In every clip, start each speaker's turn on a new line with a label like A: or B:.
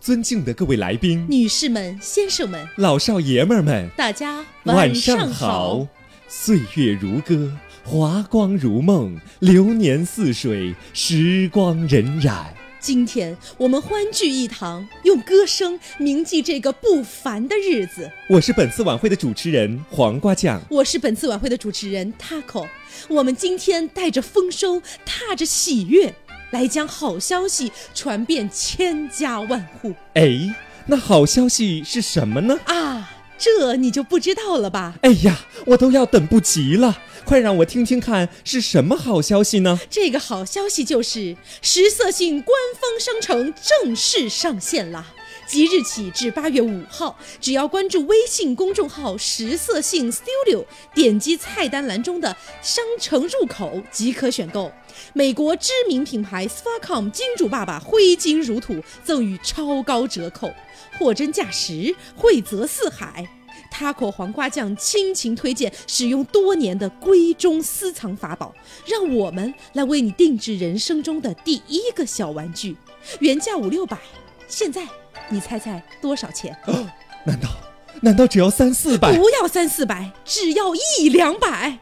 A: 尊敬的各位来宾、
B: 女士们、先生们，
A: 老少爷们儿们，
B: 大家
A: 晚
B: 上
A: 好！岁月如歌，华光如梦，流年似水，时光荏苒。
B: 今天我们欢聚一堂，用歌声铭记这个不凡的日子。
A: 我是本次晚会的主持人黄瓜酱，
B: 我是本次晚会的主持人 Taco。我们今天带着丰收，踏着喜悦。来将好消息传遍千家万户。
A: 哎，那好消息是什么呢？
B: 啊，这你就不知道了吧？
A: 哎呀，我都要等不及了，快让我听听看是什么好消息呢？
B: 这个好消息就是十色性官方商城正式上线啦！即日起至八月五号，只要关注微信公众号“十色性 Studio”，点击菜单栏中的商城入口即可选购。美国知名品牌 Swacom 金主爸爸挥金如土，赠予超高折扣，货真价实，惠泽四海。Taco 黄瓜酱倾情推荐使用多年的闺中私藏法宝，让我们来为你定制人生中的第一个小玩具，原价五六百，现在。你猜猜多少钱？
A: 哦、难道难道只要三四百？
B: 不要三四百，只要一两百。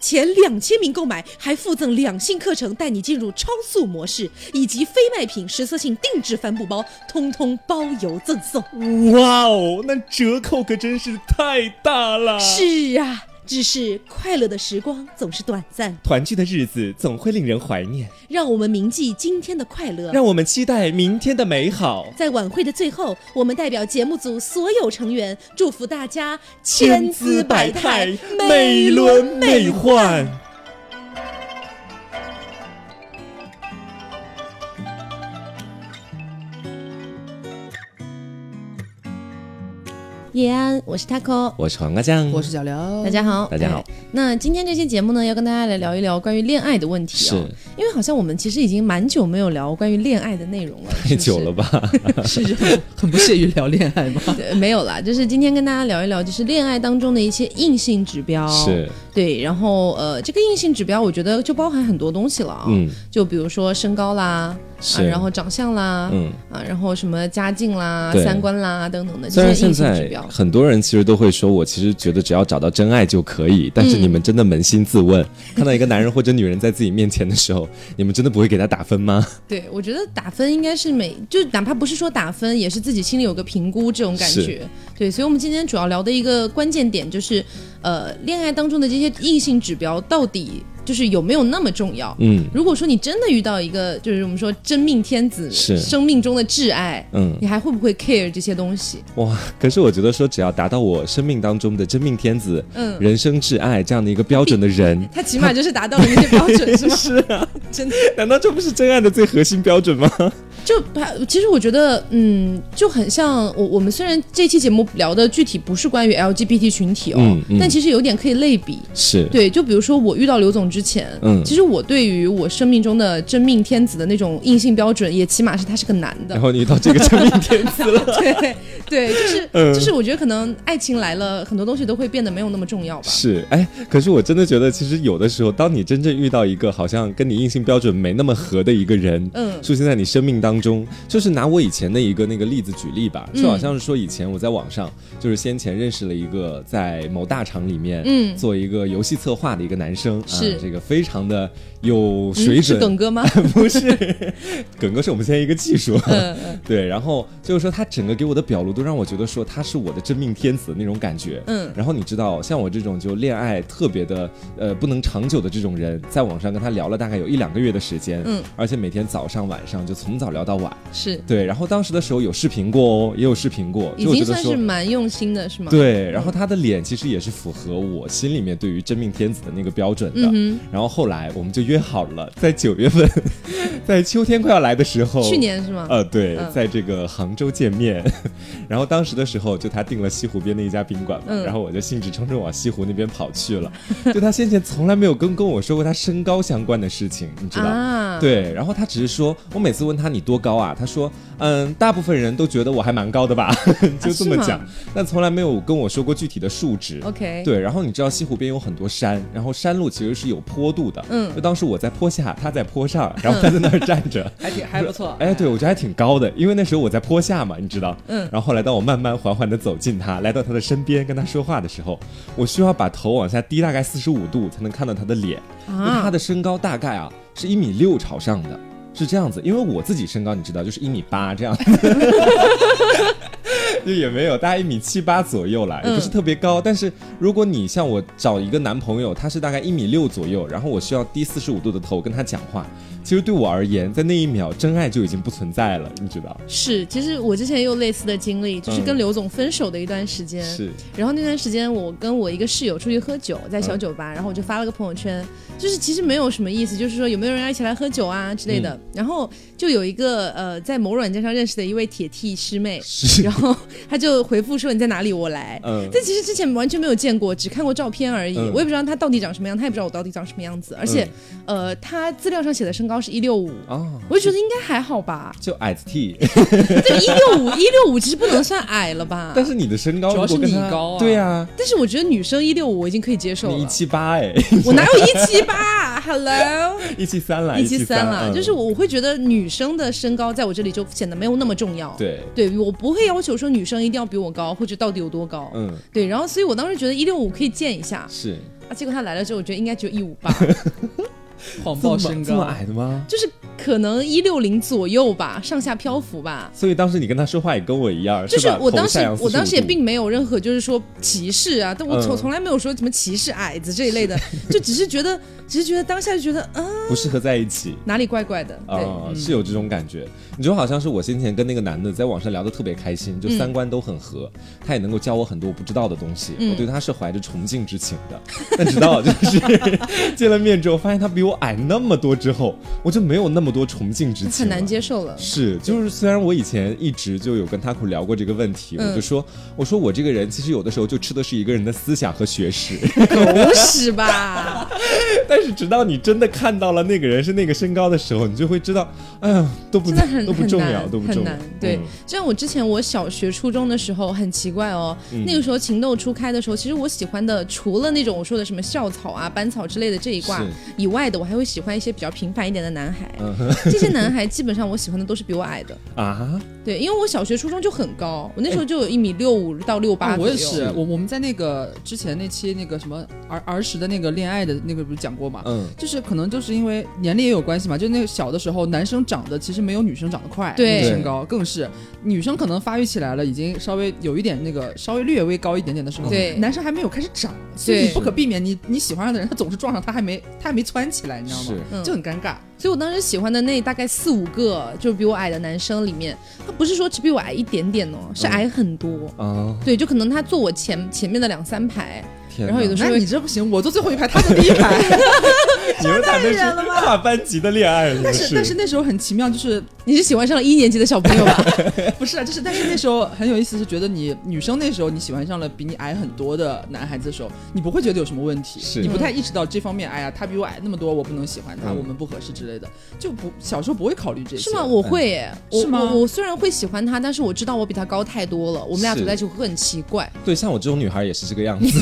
B: 前两千名购买还附赠两性课程，带你进入超速模式，以及非卖品实色性定制帆布包，通通包邮赠送。
A: 哇哦，那折扣可真是太大了！
B: 是啊。只是快乐的时光总是短暂，
A: 团聚的日子总会令人怀念。
B: 让我们铭记今天的快乐，
A: 让我们期待明天的美好。
B: 在晚会的最后，我们代表节目组所有成员，祝福大家千姿百态、
A: 美轮美奂。
B: 叶安，我是 Taco，
A: 我是黄瓜酱，
B: 啊
C: 我是小刘，
B: 大家好，
A: 嗯大家好、哎。
B: 那今天这期节目呢，要跟大家来聊一聊关于恋爱的问题
A: 啊、
B: 哦，因为好像我们其实已经蛮久没有聊关于恋爱的内容 了，
A: 太久了吧？
C: 是很不屑于聊恋爱吗
B: 没有啦，就是今天跟大家聊一聊，就是恋爱当中的一些硬性指标，
A: 是
B: 对，然后呃，这个硬性指标我觉得就包含很多东西 了啊、哦，
A: 嗯，
B: 就比如说身高啦。
A: 是、
B: 啊，然后长相啦，
A: 嗯，
B: 啊，然后什么家境啦、三观啦等等的
A: 这些
B: 硬性
A: 指标。现在很多人其实都会说，我其实觉得只要找到真爱就可以。但是
B: 嗯
A: 你们真的扪心自 问，嗯、看到一个男人或者女人在自己面前的时候，你们真的不会给他打分吗？
B: 对，我觉得打分应该是每，就哪怕不是说打分，也是自己心里有个评估这种感觉。对，所以我们今天主要聊的一个关键点就是，呃，恋爱当中的这些硬性指标到底。就是有没有那么重要？
A: 嗯，
B: 如果说你真的遇到一个，就是我们说真命天子，
A: 是
B: 生命中的挚爱，
A: 嗯，
B: 你还会不会 care 这些东西？
A: 哇！可是我觉得说，只要达到我生命当中的真命天子，
B: 嗯，
A: 人生挚爱这样的一个标准的人，
B: 他起码就是达到了那些标准，是吗？
A: 是啊，
B: 真的？
A: 难道这不是真爱的最核心标准吗？
B: 就其实我觉得，嗯，就很像我我们虽然这期节目聊的具体不是关于 LGBT 群体哦，
A: 嗯嗯、
B: 但其实有点可以类比，
A: 是
B: 对。就比如说我遇到刘总之。之前，
A: 嗯，
B: 其实我对于我生命中的真命天子的那种硬性标准，也起码是他是个男的。
A: 然后你遇到这个真命天子了，
B: 对对，就是、 嗯、就是，我觉得可能爱情来了，很多东西都会变得没有那么重要吧。
A: 是，哎，可是我真的觉得，其实有的时候，当你真正遇到一个好像跟你硬性标准没那么合的一个人，
B: 嗯，
A: 出现在你生命当中，就是拿我以前的一个那个例子举例吧，
B: 嗯
A: 就好像是说以前我在网上，就是先前认识了一个在某大厂里面，
B: 嗯，
A: 做一个游戏策划的一个男生，啊
B: 是。
A: 这个非常的有水准，嗯、
B: 是耿哥吗？
A: 不是，耿哥是我们现在一个技术。
B: 嗯嗯、
A: 对，然后就是说他整个给我的表露都让我觉得说他是我的真命天子那种感觉。
B: 嗯，
A: 然后你知道，像我这种就恋爱特别的呃不能长久的这种人，在网上跟他聊了大概有一两个月的时间。
B: 嗯，
A: 而且每天早上晚上就从早聊到晚。
B: 是
A: 对，然后当时的时候有视频过哦，也有视频过，
B: 已经算是嗯蛮用心的，是吗？
A: 对，然后他的脸其实也是符合我心里面对于真命天子的那个标准的。
B: 嗯，
A: 然后后来我们就约好了，在九月份， 在秋天快要来的时候，
B: 去年是吗？
A: 呃，对，
B: 嗯、
A: 在这个杭州见面。然后当时的时候，就他订了西湖边的一家宾馆嘛，
B: 嗯、
A: 然后我就兴致冲冲往西湖那边跑去了。 就他先前从来没有跟跟我说过他身高相关的事情，你知道？
B: 啊、
A: 对，然后他只是说，我每次问他你多高啊，他说，嗯，大部分人都觉得我还蛮高的吧， 就这么讲，
B: 啊、
A: 但从来没有跟我说过具体的数值。
B: OK，
A: 对，然后你知道西湖边有很多山，然后山路其实。是有坡度的，
B: 嗯，
A: 就当是我在坡下，他在坡上，然后他在那儿站着。
C: 还挺还不错。
A: 哎，对，我觉得还挺高的，因为那时候我在坡下嘛，你知道。
C: 嗯
A: 然后后来，当我慢慢缓缓的走近他，来到他的身边跟他说话的时候，我需要把头往下低大概四十五度才能看到他的脸，因为
B: 嗯
A: 他的身高大概啊是一米六朝上的，是这样子。因为我自己身高你知道，就是一米八这样子。 就也没有，大概一米七八左右啦，也
B: 嗯
A: 不是特别高。但是如果你像我找一个男朋友，他是大概一米六左右，然后我需要低四十五度的头跟他讲话，其实对我而言，在那一秒，真爱就已经不存在了，你知道？
B: 是，其实我之前也有类似的经历，就是跟
A: 嗯
B: 刘总分手的一段时间。
A: 是，
B: 然后那段时间，我跟我一个室友出去喝酒，在
A: 嗯
B: 小酒吧，然后我就发了个朋友圈，就是其实没有什么意思，就是说有没有人要一起来喝酒啊之类的。
A: 嗯
B: 然后就有一个呃，在某软件上认识的一位铁 T 师妹，
A: 是
B: 然，后她就回复说你在哪里，我来。
A: 嗯，
B: 但其实之前完全没有见过，只看过照片而已，
A: 嗯
B: 我也不知道她到底长什么样，她也不知道我到底长什么样子。而且，呃，她资料上写的身高是一六五，
A: 啊，
B: 我就觉得啊应该还好吧。
A: 就矮子 T，
B: 对，一六 五，一六五其实不能算矮了吧？
A: 但是你的身高
C: 主要是
A: 如果跟他
C: 你高啊
A: 对啊，
B: 但是我觉得女生一六五我已经可以接受
A: 你一
B: 了，
A: 七八哎，
B: 我哪有一七八？Hello，
A: 一七三啦，
B: 一
A: 七
B: 七三了，
A: 嗯
B: 就是我我会觉得女生的身高在我这里就显得没有那么重要。，
A: 对，
B: 对我不会要求说女生一定要比我高，或者到底有多高。
A: 嗯，
B: 对，然后所以我当时觉得一六五可以见一下，
A: 是
B: 啊，结果他来了之后，我觉得应该只有一五八，
C: 谎
A: 这
C: 报
A: 么
C: 身
A: 这么
C: 高，
A: 矮的吗？
B: 就是可能一六零左右吧，上下漂浮吧。
A: 所以当时你跟他说话也跟我一样，
B: 就是
A: 吧啊
B: 我当时
A: 头下扬，
B: 我当时也
A: 45度
B: 并没有任何就是说歧视啊，但我
A: 嗯
B: 从从来没有说什么歧视矮子这一类的，就只是觉得，只是觉得当下就觉得，嗯，
A: 不适合在一起。
B: 哪里怪怪的，对，嗯
A: 啊、是有这种感觉。你就好像是我先前跟那个男的在网上聊得特别开
B: 嗯
A: 心，就三观都很合，他也能够教我很多我不知道的东西。
B: 嗯
A: 我对他是怀着崇敬之情的， 但直到就是 见了面之后，发现他比我矮那么多之后，我就没有那么多崇敬之情，
B: 很难。接受 了。
A: 是，就是虽然我以前一直就有跟 Taco 聊过这个问题，
B: 嗯
A: 我就说，我说我这个人其实有的时候就吃的是一个人的思想和学识，
B: 狗屎吧！
A: 但是直到你真的看到了那个人是那个身高的时候，你就会知道，哎呀，都不
B: 真的很
A: 都不重要，
B: 很难
A: 都不重要
B: 很难。对
A: 嗯
B: 就像我之前我小学、初中的时候很奇怪哦，
A: 嗯
B: 那个时候情窦初开的时候，其实我喜欢的除了那种我说的什么校草啊、班草之类的这一挂
A: 是
B: 以外的，我还会喜欢一些比较平凡一点的男孩。
A: 嗯
B: 这些男孩基本上我喜欢的都是比我矮的，
A: 啊，
B: 对，因为我小学、初中就很高，我那时候就有一米六五到六八、
A: 哎
C: 啊，
B: 左
C: 我
B: 右。
C: 也是，我我们在那个之前那期那个什么儿儿时的那个恋爱的那个不是讲过嘛？
A: 嗯，
C: 就是可能就是因为年龄也有关系嘛，就那个小的时候，男生长得其实没有女生长得快，
B: 对
C: 身高更是女生可能发育起来了，已经稍微有一点那个稍微略微高一点点的时候，
B: 对
C: 男生还没有开始长，所以
B: 对
C: 你不可避免你你喜欢上的人，他总是撞上他还没他还没窜起来，你知道吗？
B: 嗯
C: 就很尴尬。
B: 所以我当时喜欢的那大概四五个就是比我矮的男生里面，他不是说只比我矮一点点哦，
A: 嗯
B: 是矮很多。
A: 啊，
B: 对，就可能他坐我前前面的两三排，
A: 天哪，
B: 然后有的时
C: 那
B: 候
C: 你这不行，我坐最后一排，他坐第一排。
A: 你们谈的是跨班级的恋爱了，
C: 但是但是那时候很奇妙， 就是
B: 你是喜欢上了一年级的小朋友吧？
C: 不是啊，就是但是那时候很有意思，是觉得你女生那时候你喜欢上了比你矮很多的男孩子的时候，你不会觉得有什么问题，
A: 是
C: 你不太意识到这方面，哎呀，他比我矮那么多，我不能喜欢他，
A: 嗯
C: 我们不合适之类的，就不小时候不会考虑这 些。
B: 是吗？我会耶，
A: 嗯
B: 我
C: 是吗
B: 我我虽然会喜欢他，但是我知道我比他高太多了，我们俩
A: 是
B: 走在一起会很奇怪。
A: 对像我这种女孩也是这个样 子，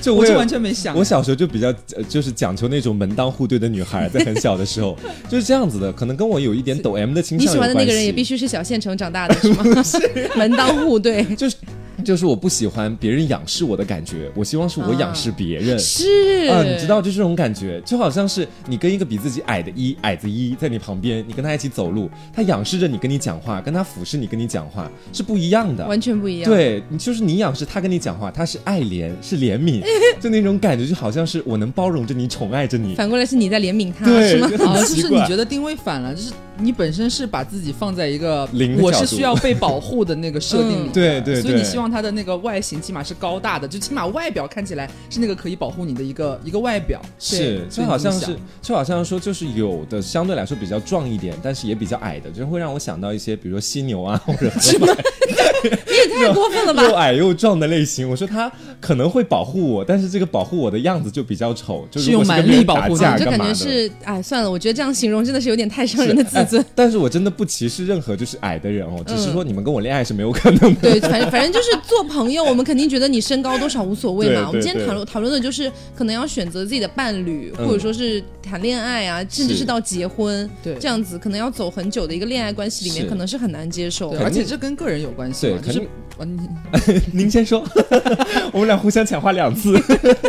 A: 就我
C: 我
A: 也
C: 就完全没想。
A: 我小时候就比较呃就是讲求那种门当户对的女孩，在很小的时 候就是这样子的，可能跟我有一点抖 M 的倾
B: 你
A: 向
B: 喜
A: 有
B: 欢的
A: 关系。
B: 那个人也必须是小县城长大的，是 吗？ 门当户对。
A: 就是就是我不喜欢别人仰视我的感觉，我希望是我仰视别人。
B: 是
A: 啊，你知道，就这种感觉，就好像是你跟一个比自己矮的一矮子一在你旁边，你跟他一起走路，他仰视着你跟你讲话，跟他俯视你跟你讲话是不一样的。
B: 完全不一样。，
A: 对，你就是你仰视他跟你讲话，他是爱怜，是怜 悯，就那种感觉，就好像是我能包容着你，宠爱着你。
B: 反过来是你在怜悯他，是
A: 对，
B: 吗？
A: 就
C: 啊，
A: 很
C: 就
A: 奇
C: 是你
A: 怪。
C: 觉得定位反了，就是你本身是把自己放在一个
A: 零的
C: 我
A: 角
C: 是
A: 度
C: 需要被保护的那个设定
B: 嗯
C: 里的，
A: 对对
C: 所以你
A: 对
C: 希望他的那个外形起码是高大的，就起码外表看起来是那个可以保护你的一个一个外表，
A: 是，
C: 对
A: 就好像是，就好像说，就是有的相对来 说比较壮一点，但是也比较矮的，就会让我想到一些，比如说犀牛啊，或者河马
B: 你 也太过分了 吧！
A: 又矮又壮的类型。我说他可能会保护我，但是这个保护我的样子就比较丑，就是如果
C: 用
A: 是
C: 蛮
A: 跟别
C: 力
A: 人
C: 保
A: 打
C: 护的
A: 架
B: 就
A: 干
B: 感
A: 嘛
B: 觉
A: 的。
B: 是，哎，算了，我觉得这样形容真的是有点太伤人的自尊。嗯
A: 哎但是我真的不歧视任何就是矮的人哦，只是说你们跟我恋爱是没有可能的。
B: 对，反正反正就是做朋友，我们肯定觉得你身高多少无所谓
A: 对
B: 嘛。我们
A: 对
B: 今天
A: 对
B: 讨论讨论的就是可能要选择自己的伴侣，
A: 嗯
B: 或者说是谈恋爱啊，甚至
A: 是
B: 是到结婚，
C: 对
B: 这样子可能要走很久的一个恋爱关系里面，
A: 是
B: 可能是很难接受
C: 对，
A: 肯。定
C: 而且这跟个人有关系嘛，
A: 对
C: 就
A: 肯
C: 是
A: 定
C: 啊你
A: 您先说， 我们俩互相抢话两次。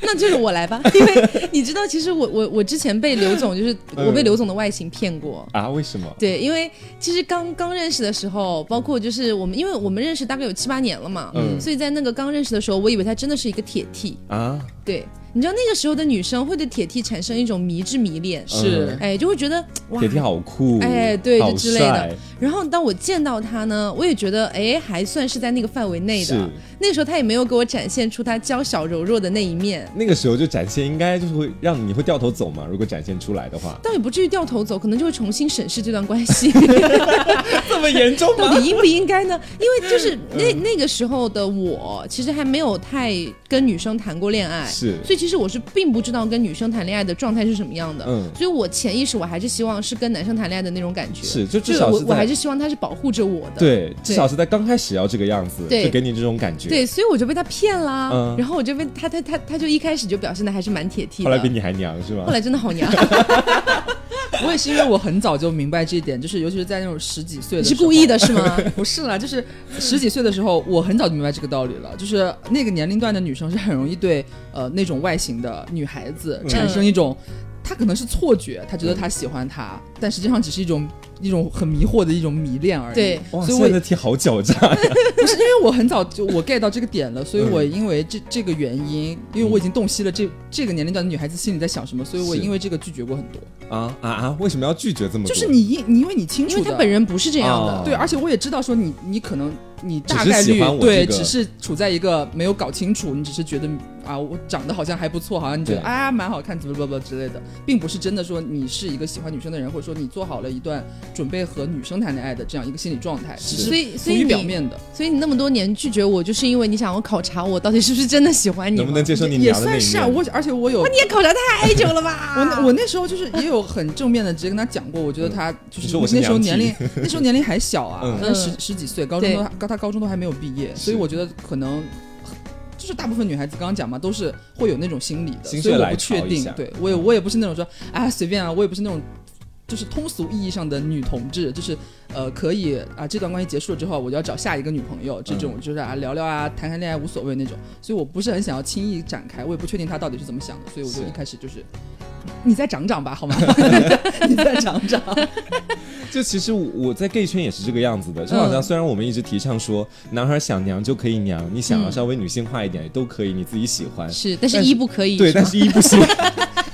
B: 那就是我来吧，因为你知道，其实我我我之前被刘总，就是我被
A: 嗯
B: 刘总的外形骗过。
A: 啊？为什么？
B: 对，因为其实刚刚认识的时候，包括就是我们，因为我们认识大概有七八年了嘛，
A: 嗯
B: 所以在那个刚认识的时候，我以为他真的是一个铁 T。
A: 啊，
B: 对，你知道那个时候的女生会对铁 T 产生一种迷之迷恋，
C: 是
A: 嗯
B: 哎，就会觉得哇
A: 铁。弟好酷，
B: 哎对
A: 好
B: 就之类的
A: 帅
B: 然后当我见到他呢，我也觉得哎，还算是在那个范围内的
A: 是。
B: 那时候他也没有给我展现出他娇小柔弱的那一面，
A: 那个时候就展现，应该就是会让你会掉头走嘛。如果展现出来的话，
B: 倒也不至于掉头走，可能就会重新审视这段关系。
A: 这么严重
B: 到？底应不应该呢？因
A: 嗯
B: 为就是那、那个时候的我，其实还没有太跟女生谈过恋爱，
A: 是
B: 所以其实我是并不知道跟女生谈恋爱的状态是什么样的。
A: 嗯
B: 所以我潜意识我还是希望是跟男生谈恋爱的那种感觉。
A: 是，就至
B: 就
A: 少
B: 我
A: 是
B: 我还
A: 在
B: 是希望他是保护着我的。。
A: 对，至少是在刚开始要这个样子，
B: 对
A: 就给你这种感觉。
B: 对，所以我就被他骗啦，
A: 嗯
B: 然后我就被他他他他就一开始就表现的还是蛮铁 T 的，
A: 后来比你还娘是
B: 后
A: 吗？
B: 来真的好娘，
C: 我也是因为我很早就明白这一点，就是尤其是在那种十几岁
B: 你
C: 的，
B: 是故意。的是吗？
C: 不是啦，就是十几岁的时候，我很早就明白这个道理了。就是那个年龄段的女生是很容易对呃那种外形的女孩子产生一种，她可能是错觉，她觉得她喜欢她，但实际上只是一种一种很迷惑的一种迷恋而已。
B: 对
A: 哇，
C: 所以
A: 现
C: 我
A: 在的题好狡诈呀！
C: 不是因为我很早就我 get 到这个点了，所以
A: 嗯
C: 我因为这这个原因，因为我已经洞悉了这这个年龄段的女孩子心里在想什么，所以我
A: 是
C: 因为这个拒绝过很多。
A: 啊啊 啊！为什么要拒绝这么多？
C: 就是你因你因为你清楚
B: 因
C: 的，
B: 为他本人不是这样的，
A: 哦
C: 对，而且我也知道说你你可能你
A: 只
C: 大
A: 是
C: 概
A: 喜
C: 率
A: 欢我
C: 对，
A: 这个
C: 只是处在一个没有搞清楚，你只是觉得啊我长得好像还不错，好像你觉得
A: 对
C: 啊蛮好看，怎么怎么怎么之类的，并不是真的说你是一个喜欢女生的人，或者说你做好了一段准备和女生谈恋爱的这样一个心理状态，只
A: 是
B: 所
C: 是
B: 以
C: 浮
B: 所以
C: 于
B: 你
C: 表面的，
B: 所以你那么多年拒绝我，就是因为你想要考察我到底是不是真的喜欢你吗
A: 能不能接受你
C: 也
A: 娘的那
C: 算
A: 一
C: 是啊，
A: 面？
C: 我而且我有。
B: 你也考察太久了吧？
C: 我那我那时候就是也有很正面的直接跟他讲过，我觉得他就
A: 嗯你
C: 是
A: 说我是
C: 那时候年
A: 娘
C: 龄
A: 体
C: 那时候年龄还小啊
A: 嗯，
C: 那十十几岁，高中都
B: 对
C: 高他高中都还没有毕业，所
A: 是
C: 以我觉得可能就是大部分女孩子刚刚讲嘛，都是会有那种心理的，
A: 心
C: 所以
A: 血
C: 我
A: 来
C: 不确
A: 潮一
C: 定
A: 下，嗯
C: 对我也我也不是那种说啊随便啊，我也不是那种。就是通俗意义上的女同志，就是呃，可以啊，这段关系结束了之后，我就要找下一个女朋友，这
A: 嗯
C: 种就是啊，聊聊啊，谈谈恋爱无所谓那种，所以我不是很想要轻易展开，我也不确定他到底是怎么想的，所以我就是一开始就是，你再长长吧，好吗？ 你再长长，
A: 就其实我我在 gay 圈也是这个样子的，就
C: 嗯
A: 好像虽然我们一直提倡说男孩想娘就可以娘，你想要稍微女性化一点都可以，你自己喜欢。
B: 是，但是
A: 但是
B: 一不可以。
A: 对，
B: 是吗
A: 但是一不行。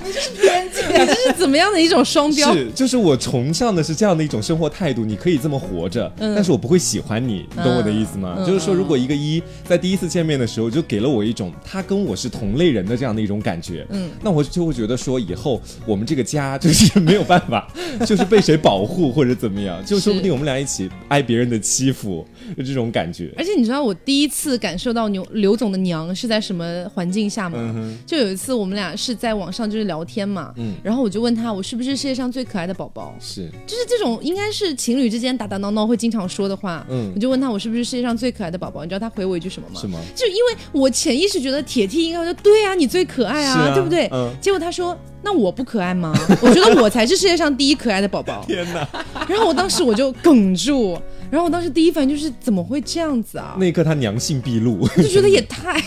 B: 你 这是怎么样的一种双标？
A: 是，就是我崇尚的是这样的一种生活态度，你可以这么活着，
B: 嗯
A: 但是我不会喜欢你，你懂我的意思吗？
B: 嗯
A: 就是说，如果一个一在第一次见面的时候就给了我一种他跟我是同类人的这样的一种感觉，
B: 嗯
A: 那我就会觉得说以后我们这个家就是 没有办法，就是被谁保护或者怎么样，就说不定我们俩一起挨别人的欺负，就这种感觉。
B: 而且你知道我第一次感受到牛刘总的娘是在什么环境下吗？
A: 嗯哼，
B: 就有一次我们俩是在网上就是聊天嘛，
A: 嗯
B: 然后我就问他我是不是世界上最可爱的宝宝，
A: 是，
B: 就是这种应该是情侣之间打打闹闹会经常说的话，
A: 嗯
B: 我就问他我是不是世界上最可爱的宝宝，你知道他回我一句什么吗？
A: 是吗？
B: 就因为我潜意识觉得铁 T 应该说对啊，你最可爱
A: 是
B: 啊，
A: 啊
B: 对不对？
A: 嗯
B: 结果他说那我不可爱吗？我觉得我才是世界上第一可爱的宝宝。
A: 天哪，
B: 然后我当时我就梗住，然后我当时第一反应就是怎么会这样子啊？
A: 那一刻他娘性毕 露，
B: 就觉得也太，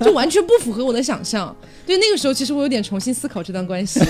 B: 就完全不符合我的想象。对，那个时候其实我有点重新思考这段关系。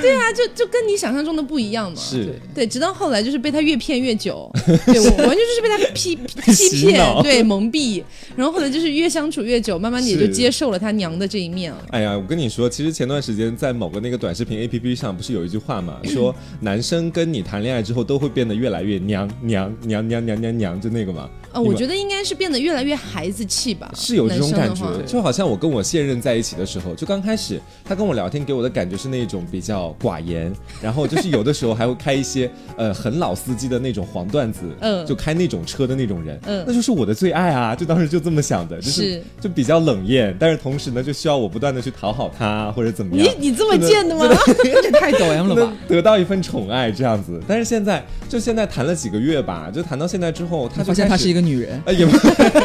B: 对啊，就就跟你想象中的不一样嘛。
A: 是。
B: 对，直到后来就是被他越骗越久，对我完全就是被 他欺欺
A: 洗
B: 骗，
A: 脑
B: 对蒙蔽，然后后来就是越相处越久，慢慢也就是接受了他娘的这一面了。
A: 哎呀，我跟你说，其实前段时间在某个那个短视频 APP 上，不是有一句话 嘛，说男生跟你谈恋爱之后都会变得越来越娘娘娘娘娘娘娘，就那个嘛。
B: 啊，我觉得应该是变得越来越孩子气吧，
A: 是有这种感
B: 男生
A: 觉
B: 的话，
A: 就好像我跟我现任在一起的时候，就刚开始他跟我聊天给我的感觉是那种比较较寡言， 然后就是有的时候还会开一些呃很老司机的那种黄段子，
B: 嗯
A: 就开那种车的那种人，
B: 嗯
A: 那就是我的最爱啊！就当时就这么想的，就是就比较冷艳，但是同时呢，就需要我不断的去讨好他或者怎么
B: 你
A: 样。
B: 你这么贱的吗？
C: 这太抖 M 嗯了吧
A: 能？得到一份宠爱这样子，但是现在就现在谈了几个月吧，就谈到现在之后，他
C: 你
A: 就
C: 发现
A: 开
C: 她
A: 始
C: 是一个女人，
A: 啊，也不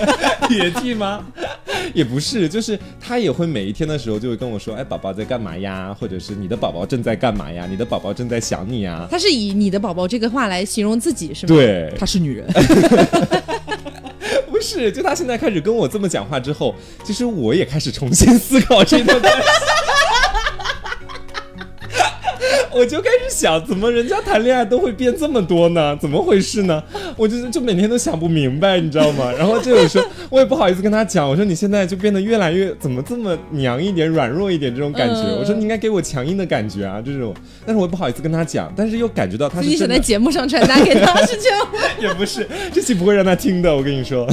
A: 野地吗？也不是，就是他也会每一天的时候就会跟我说，哎，宝宝在干嘛呀？或者是你的宝宝正在干嘛呀？你的宝宝正在想你呀。
B: 他是以你的宝宝这个话来形容自己是吗？，
A: 对，
C: 她是女人。
A: 不是，就他现在开始跟我这么讲话之后，其实我也开始重新思考这段关系。 我就开始想，怎么人家谈恋爱都会变这么多呢？怎么回事呢？我就就每天都想不明白，你知道吗？然后就有时候我也不好意思跟他讲，我说你现在就变得越来越怎么这么娘一点、软弱一点这种感觉。
B: 嗯
A: 我说你应该给我强硬的感觉啊，这种。但是我也不好意思跟他讲，但是又感觉到他
B: 所以
A: 是
B: 你想
A: 真的
B: 在，节目上传达给他是这样吗？
A: 也不是这期不会让他听的，我跟你说。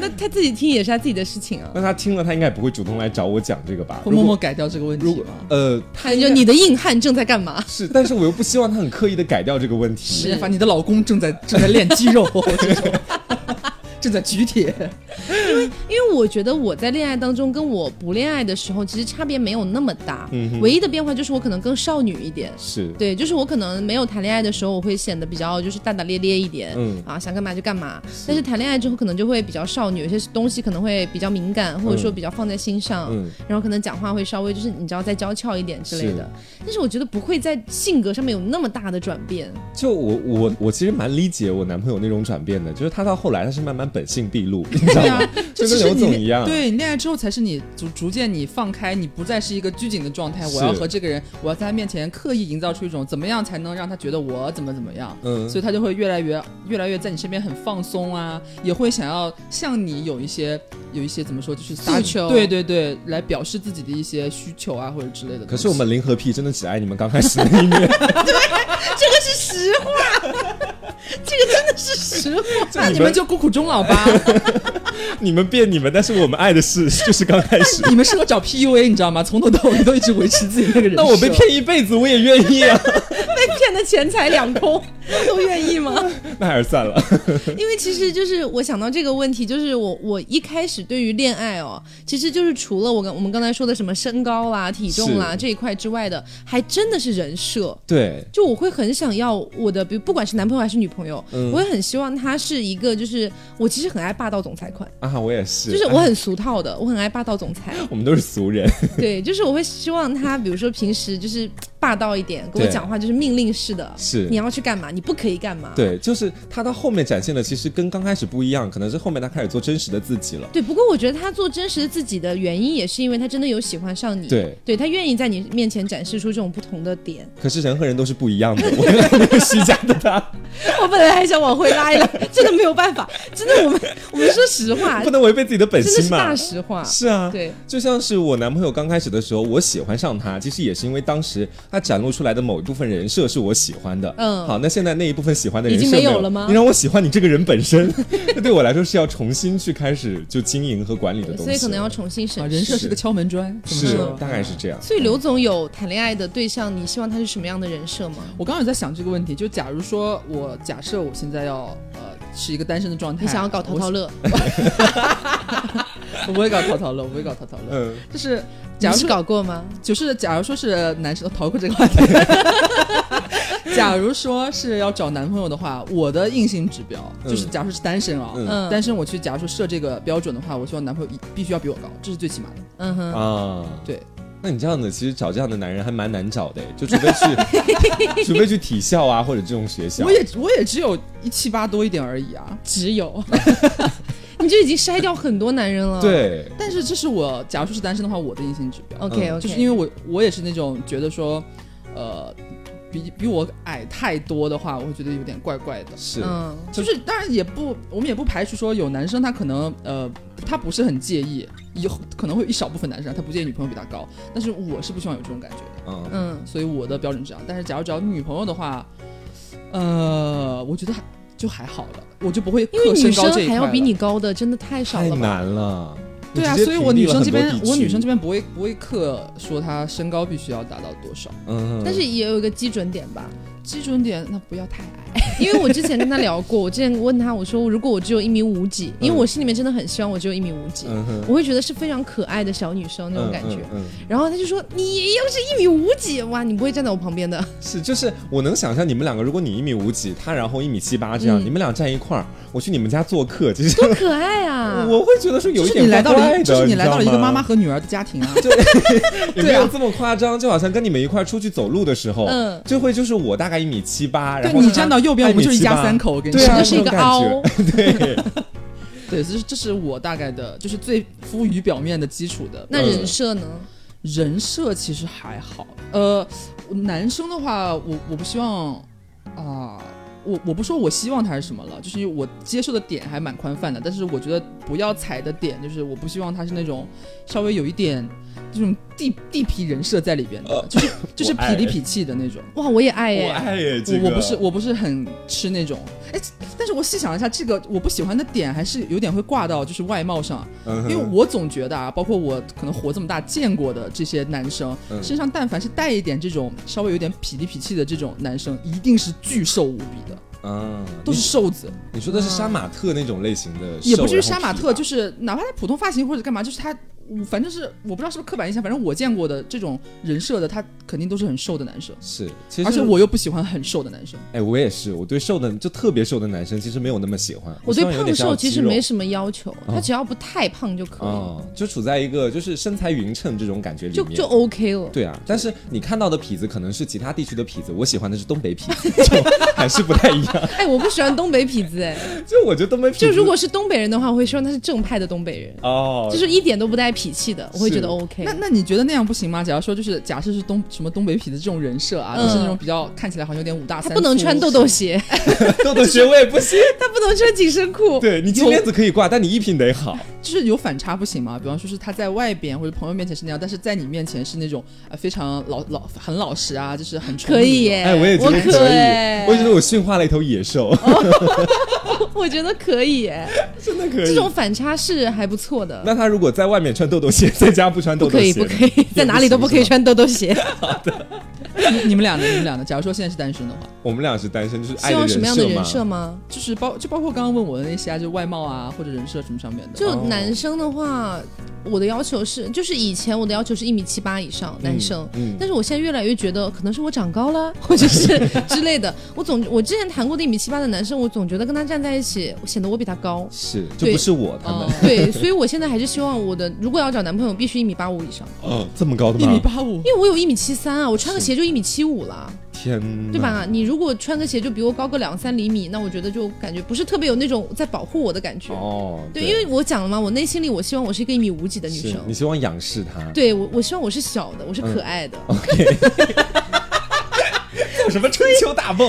B: 那他自己听也是他自己的事情 啊。
A: 那他听了，他应该也不会主动来找我讲这个吧？
C: 会默默改掉这个问题吗？
A: 呃，他
B: 感觉
A: 应该
B: 你的硬汉正在干嘛？
A: 是，但是我又不希望他很刻意的改掉这个问题。
C: 是，反正你的老公正在正在练肌肉，这种 正在举铁。
B: 因为我觉得我在恋爱当中跟我不恋爱的时候，其实差别没有那么大。
A: 嗯哼
B: 唯一的变化就是我可能更少女一点。
A: 是，
B: 对，就是我可能没有谈恋爱的时候，我会显得比较就是大大咧咧一点，
A: 嗯
B: 啊，想干嘛就干嘛。但是谈恋爱之后，可能就会比较少女，有些东西可能会比较敏感，或者说
A: 嗯
B: 比较放在心上，
A: 嗯
B: 然后可能讲话会稍微就是你知道再娇俏一点之类的。但是我觉得不会在性格上面有那么大的转变。
A: 就我我我其实蛮理解我男朋友那种转变的，就是他到后来他是慢慢本性毕露，你知道
C: 对
A: 吗？
C: 啊，
A: 就
C: 其
A: 跟
C: 实
A: 刘
C: 你
A: 总
C: 恋
A: 一样，
C: 对你恋爱之后才是你逐逐渐你放开，你不再是一个拘谨的状态。
A: 是
C: 我要和这个人，我要在他面前刻意营造出一种怎么样才能让他觉得我怎么怎么样。
A: 嗯
C: 所以他就会越来越越来越在你身边很放松啊，也会想要向你有一些有一些怎么说，就是
B: 诉求
C: 对对对，来表示自己的一些需求啊或者之类的东西。
A: 可是我们零和 P 真的只爱你们刚开始那一面，
B: 这个是实话，这个真的是实话。
C: 那你们就孤苦终 老吧，
A: 你们变你们，但是我们爱的是就是刚开始。
C: 你们适合找 PUA，你知道吗？从头到尾都一直维持自己那个人 设。
A: 那我被骗一辈子我也愿意啊，
B: 被骗的钱财两 空，都愿意吗？
A: 那还是算了。
B: 因为其实就是我想到这个问题，就是我我一开始对于恋爱哦，其实就是除了我刚我们刚才说的什么身高啦、体重啦
A: 是
B: 这一块之外的，还真的是人设。
A: 对，
B: 就我会很想要我的，比如不管是男朋友还是女朋友，
A: 嗯
B: 我也很希望他是一个，就是我其实很爱霸道总裁款，
A: 啊，我也是，哎
B: 就是我很俗套的，我很爱霸道 总裁。
A: 我们都是俗人，
B: 对，就是我会希望他，比如说平时就是霸道一点，跟我
A: 对
B: 讲话就是命令式的，
A: 是
B: 你要去干嘛，你不可以干嘛。
A: 对，就是他到后面展现的其实跟刚开始不一样，可能是后面他开始做真实的自己了。
B: 对，不过我觉得他做真实的自己的原因，也是因为他真的有喜欢上你，
A: 对
B: 他愿意在你面前展示出这种不同的点。
A: 可是人和人都是不一样的，我没有那个虚假的 他，
B: 我本来还想往回拉一拉，真的没有办法，真的我们我们说实话，
A: 不
B: 真
A: 能违背自己的本
B: 的
A: 心
B: 是
A: 嘛
B: 大。实话，
A: 是啊，
B: 对，
A: 就像是我男朋友刚开始的时候，我喜欢上他，其实也是因为当时他展露出来的某一部分人设是我喜欢的。
B: 嗯
A: 好，那现在那一部分喜欢的人设
B: 已经没有
A: 有
B: 了吗
A: 你让我喜欢你这个人本身， 那对我来说是要重新去开始就经营和管理的东西，
B: 所以可能要重新审
C: 啊，
B: 视。
C: 人设是个敲门砖，怎么
A: 是
C: 说
A: 大概是这样。
B: 所以刘总有谈恋爱的对象，你希望他是什么样的人设吗？
C: 我刚刚有在想这个问题，就假如说我假设我现在要呃是一个单身的状态，
B: 你想要搞淘淘乐，
A: 哎
C: 我，我不会搞淘淘乐，我不会搞淘淘乐，
A: 嗯，
C: 就是
B: 你
C: 假如
B: 是
C: 说
B: 搞过吗？
C: 就是假如说是男生逃过这个话题，假如说是要找男朋友的话，我的硬性指标就是
A: 嗯
C: 假如说是单身啊，
A: 嗯
B: 嗯，
C: 单身我去假如说设这个标准的话，我希望男朋友一必须要比我高，这是最起码的。
B: 嗯哼，
A: 啊，
C: 对。
A: 那你这样子，其实找这样的男人还蛮难找的，就除非去， 除非去体校啊，或者这种学校。
C: 我也我也只有一七八多一点而已啊，
B: 只有，你就已经筛掉很多男人了。
A: 对，
C: 但是这是我假如说是单身的话，我的硬性指标。
B: ，OK
A: 嗯
B: OK，
C: 就是因为我我也是那种觉得说，呃，比比我矮太多的话，我会觉得有点怪怪的。
A: 是，
B: 嗯，
C: 就是当然也不，我们也不排除说有男生他可能呃他不是很介意，有可能会有一少部分男生啊他不介意女朋友比他高，但是我是不希望有这种感觉的，
A: 嗯，
B: 嗯，
C: 所以我的标准是这样。但是假如找女朋友的话，呃，我觉得还就还好了，我就不会
B: 因为
C: 克
B: 女
C: 身高
B: 生
C: 这
B: 还
C: 一块
B: 要比
C: 了
B: 你高的真的太少
A: 太
B: 了吧？
A: 难了。
C: 对啊，
A: 你直接
C: 所以我
A: 屏蔽
C: 女
A: 了
C: 生
A: 很
C: 这
A: 多
C: 边
A: 地，区
C: 我女生这边不会不会刻说她身高必须要达到多少
A: 嗯，
B: 但是也有一个基准点吧，
C: 基准点，那不要太矮。
B: 因为我之前跟他聊过，我之前问他，我说如果我只有一米五几，因为我心里面真的很希望我只有一米五几，
A: 嗯哼
B: 我会觉得是非常可爱的小女生那种感觉。
A: 嗯嗯嗯
B: 然后他就说：“你要是一米五几，哇，你不会站在我旁边的。
A: 是，就是我能想象你们两个，如果你一米五几，他然后一米七八这样，
B: 嗯
A: 你们俩站一块儿，我去你们家做客，其实
B: 多可爱啊！
A: 我会觉得说有
C: 就
A: 一
C: 是
A: 点
C: 你来
A: 怪
C: 到了
A: 怪
C: 一，
A: 的，
C: 就是你来到了一个
A: 知道吗
C: 妈妈，啊和女儿的家庭啊，
A: 也没有这么夸张，就好像跟你们一块儿出去走路的时候，
B: 嗯
A: 就会就是我大概一米七八，然
C: 对
A: 后
C: 你
A: 他
C: 站到右边，
A: 他
C: 我们就是一
A: 1.78
C: 家三口。我跟你
A: 对
C: 说
A: 啊，
B: 这，是一个
A: 那种感觉
B: 凹，
A: 对，
C: 对，这是这是我大概的，就是最浮于表面的基础的。嗯
B: 那人设呢？
C: 人设其实还好，呃，男生的话，我我不希望啊。我我不说我希望他是什么了，就是因为我接受的点还蛮宽泛的，但是我觉得不要踩的点就是我不希望他是那种稍微有一点这种地地痞人设在里边的，就是就是
A: 呃我爱
C: 痞里痞气的那种。
B: 哇，我也爱
A: 我
B: 耶、
A: 爱耶，这
C: 哎
A: 个
C: 我我不是我不是很吃那种，哎，但是我细想了一下，这个我不喜欢的点还是有点会挂到就是外貌上，
A: 嗯
C: 因
A: 哼
C: 为我总觉得啊，包括我可能活这么大见过的这些男生，
A: 嗯
C: 身上但凡是带一点这种稍微有点痞里痞气的这种男生，一定是巨瘦无比的，
A: 啊，
C: 都是
A: 你
C: 瘦子，
A: 你说的是杀马特那种类型的，
C: 也不
A: 瘦
C: 是杀马
A: 啊
C: 特，就是是哪怕他普通发型或者干嘛，就是他，我反正是我不知道是不是刻板印象，反正我见过的这种人设的，他肯定都是很瘦的男生，
A: 是，其实
C: 而且我又不喜欢很瘦的男生。
A: 哎，我也是，我对瘦的就特别瘦的男生其实没有那么喜欢，
B: 我
A: 希
B: 对
A: 望有
B: 胖
A: 点像
B: 瘦其实
A: 肌肉嗯
B: 没什么要求，他只要不太胖就可以，
A: 啊，就处在一个就是身材匀称这种感觉里
B: 就
A: 面，
B: 就 OK 了。
A: 对啊，但是你看到的痞子可能是其他地区的痞子，我喜欢的是东北痞 子，就还是不太一样。
B: 哎，我不喜欢东北痞 子，哎，
A: 就我觉得东北痞子，
B: 就如果是东北人的话，我会希望他是正派的东北人，
A: 哦，
B: 就是一点都不带痞气的，我会觉
A: 是
B: 得 OK。
C: 那那你觉得那样不行吗？假如说就是假设是东什么东北痞的这种人设啊，
B: 嗯
C: 就是那种比较看起来好像有点五大
B: 他
C: 三粗，
B: 不能穿豆豆鞋，
A: 豆豆学我也不行。
B: 他不能穿紧身裤。
A: 对你金链子可以挂，但你衣品得好。
C: 就是有反差不行吗？比方说是他在外边或者朋友面前是那样，但是在你面前是那种呃非常老老很老实啊，就是很宠你
B: 可以
C: 的
B: 耶，
A: 哎，我也觉得可
B: 可哎
A: 以，我也觉得
B: 我
A: 我驯化了一头野 兽，
B: 我觉得可以耶，
A: 真的可以。
B: 这种反差是还不错的。
A: 那他如果在外面穿豆豆鞋，在家不穿豆
B: 不
A: 豆
B: 可以，
A: 鞋呢，
B: 不可以，在哪里都不可以
A: 也行。是吧
B: 穿豆豆鞋。
C: 你你们俩呢？你们俩呢？假如说现在是单身的话，
A: 我们俩是单身，就是爱
B: 希望什么样的
A: 嘛
B: 人设吗？
C: 就是包就包括刚刚问我的那些啊，就是外貌啊或者人设什么上面的，
B: 就
A: 哦
B: 男生的话，我的要求是，就是以前我的要求是一米七八以上，男生。
A: 嗯，
B: 但是我现在越来越觉得，可能是我长高了，或 者是之类的。我总我之前谈过的一米七八的男生，我总觉得跟他站在一起，显得我比他高。
A: 是就
B: 对
A: 不是我他们
C: 哦，
B: 对，所以我现在还是希望我的，如果要找男朋友，必须一米八五以上，
A: 哦，这么高的
C: 一米
A: 吗？
C: 八五，
B: 因为我有一米七三啊，我穿个鞋就一米七五了，
A: 天哪，
B: 对吧？你如果穿个鞋就比我高个两三厘米，那我觉得就感觉不是特别有那种在保护我的感觉。
A: 哦，
B: 对，因为我讲了嘛，我内心里我希望我是一个一米五几的女
A: 是嗯
B: 生
A: 你。希望仰视他，
B: 对我，我希望我是小的，我是可爱的，
A: 哦有什么春秋大 梦？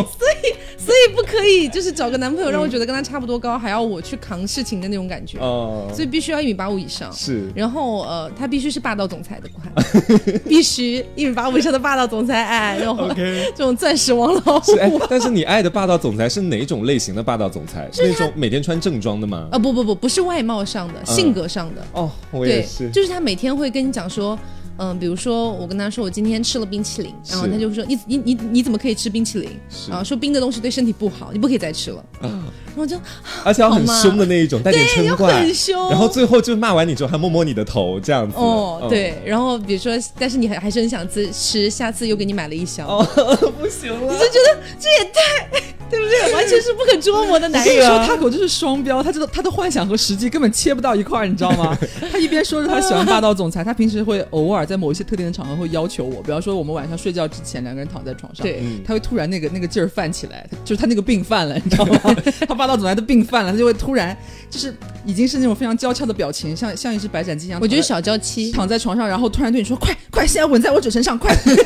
B: 所以不可以就是找个男朋友让我觉得跟他差不多高，还要我去扛事情的那种感觉，
A: 嗯哦，
B: 所以必须要一米八五以上。
A: 是
B: 然后呃，他必须是霸道总裁的款， 必须一米八五以上的霸道总裁，哎，这种
A: OK
B: 这种钻石王老
A: 是哎
B: 五。，
A: 但是你爱的霸道总裁是哪种类型的霸道总裁？是那种每天穿正装的 吗？
B: 啊不不不，不是外貌上的，性格上的，
A: 哦，嗯我也
B: 对
A: 是，，
B: 就是他每天会跟你讲说，嗯、比如说我跟他说我今天吃了冰淇淋，然后
A: 是
B: 他就会说你你你你怎么可以吃冰淇淋
A: 是
B: 啊？说冰的东西对身体不好，你不可以再吃了。然后我就
A: 而且要很
B: 好吗
A: 凶的那一种，带点嗔怪
B: 很，凶，
A: 然后最后就骂完你之后还摸摸你的头这样子。
B: 哦
A: 嗯，
B: 对，然后比如说，但是你还还是很想吃，吃，下次又给你买了一箱，
A: 哦， 不行
B: 你
A: 了
B: 就。觉得这也太，对不对？完全是不可捉摸的
C: 我
B: 男
C: 跟你
B: 人。啊
C: 说，他狗就是双标，他这个他的幻想和实际根本切不到一块儿，你知道 吗？他一边说着他喜欢霸道总裁，他平时会偶尔在某一些特定的场合会要求我，比方说我们晚上睡觉之前两个人躺在床上，
B: 对
A: 嗯
C: 他会突然那个那个劲儿犯起来，就是他那个病犯了，你知 道吗？他霸道总裁的病犯了，他就会突然就是已经是那种非常娇俏的表情，像像一只白斩鸡一样。
B: 我觉得
C: 躺在
B: 小娇妻，
C: 躺在床上，然后突然对你说：“快快，现在吻在我嘴唇上，快！”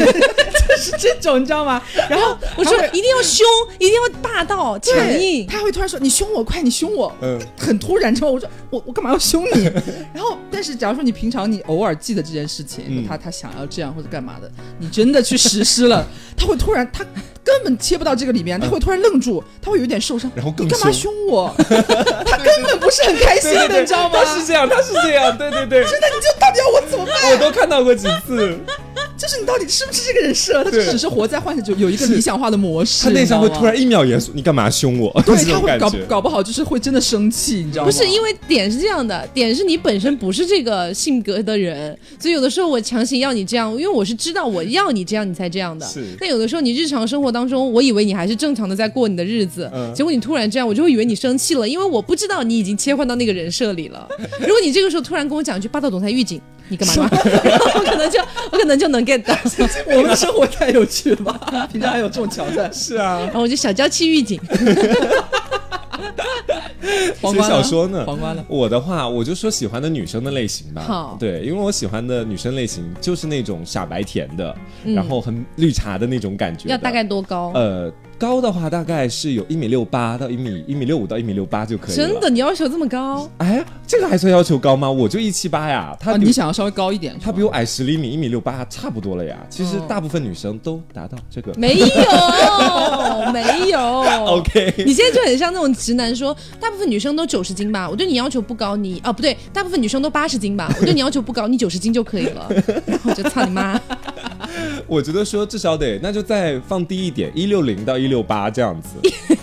C: 就是这种，你知道吗？然后
B: 我说
C: 他会
B: 一定要凶，一定要霸道、强
C: 对，
B: 硬。
C: 他会突然说：“你凶我，快，你凶我。”
A: 嗯，
C: 很突然之后，我说我我干嘛要凶你？ 然后，但是假如说你平常你偶尔记得这件事情，
A: 嗯
C: 他他想要这样或者干嘛的，你真的去实施了，他会突然他根本切不到这个里面，他会突然愣住，他会有点受伤，
A: 嗯然后更
C: 你干嘛
A: 凶
C: 凶我？他根本不是很开心的，你知道吗？
A: 他是这样，他是这样，对对 对，
C: 真的，你就到底要我怎么办？
A: 我都看到过几次，
C: 就是你到底是不是这个人设？他就
A: 对
C: 只是活在幻想，就有一个理想化的模式。
A: 他内
C: 你知
A: 心
C: 道
A: 会
C: 吗
A: 突然一秒严肃，你干嘛凶我？
C: 对，
A: 这
C: 他
A: 种
C: 会
A: 感
C: 搞
A: 觉。
C: 搞不好就是会真的生气，你知道吗？
B: 不是因为点是这样的，点是你本身不是这个性格的人，所以有的时候我强行要你这样，因为我是知道我要你这样你才这样的
A: 是。
B: 但有的时候你日常生活当中，我以为你还是正常的在过你的日子，
A: 嗯
B: 结果你突然这样，我就会以为你生气了，因为我不知道你已经切换到那个人设里 了。如果你这个时候突然跟我讲一句霸道总裁预警，你干嘛呢？然 后我可能就我可能就能 get 到，
C: 我们的生活太有趣了吧？ 平常还有这种桥段，
A: 是啊，
B: 然后我就小娇气预警，
A: 所
C: 黄
A: 以
C: 瓜
A: 小说嗯呢？
C: 黄瓜呢？
A: 我的话，我就说喜欢的女生的类型吧。
B: 好
A: 对，因为我喜欢的女生类型就是那种傻白甜的，
C: 嗯
A: 然后很绿茶的那种感觉的。
B: 要大概多高？
A: 呃高的话，大概是有一米六八到一米一米六五到一米六八就可以了。
B: 真的，？你要求这么高？
A: 哎，这个还算要求高吗？我就一七八呀，他
B: 哦
C: 啊，
A: 比
C: 你
A: 我、
C: 想要稍微高一点，
A: 他比我矮十厘米，一米六八差不多了呀。其实
B: 哦
A: 大部分女生都达到这个。
B: 没有，没有。
A: OK，
B: 你现在就很像那种直男说，大部分女生都九十斤吧，我对你要求不高，你啊不对，大部分女生都八十斤吧，我对你要求不高，你九十斤就可以了。 然后我就操你妈，
A: 我觉得说至少得，那就再放低一点，一六零到一六八这 样子。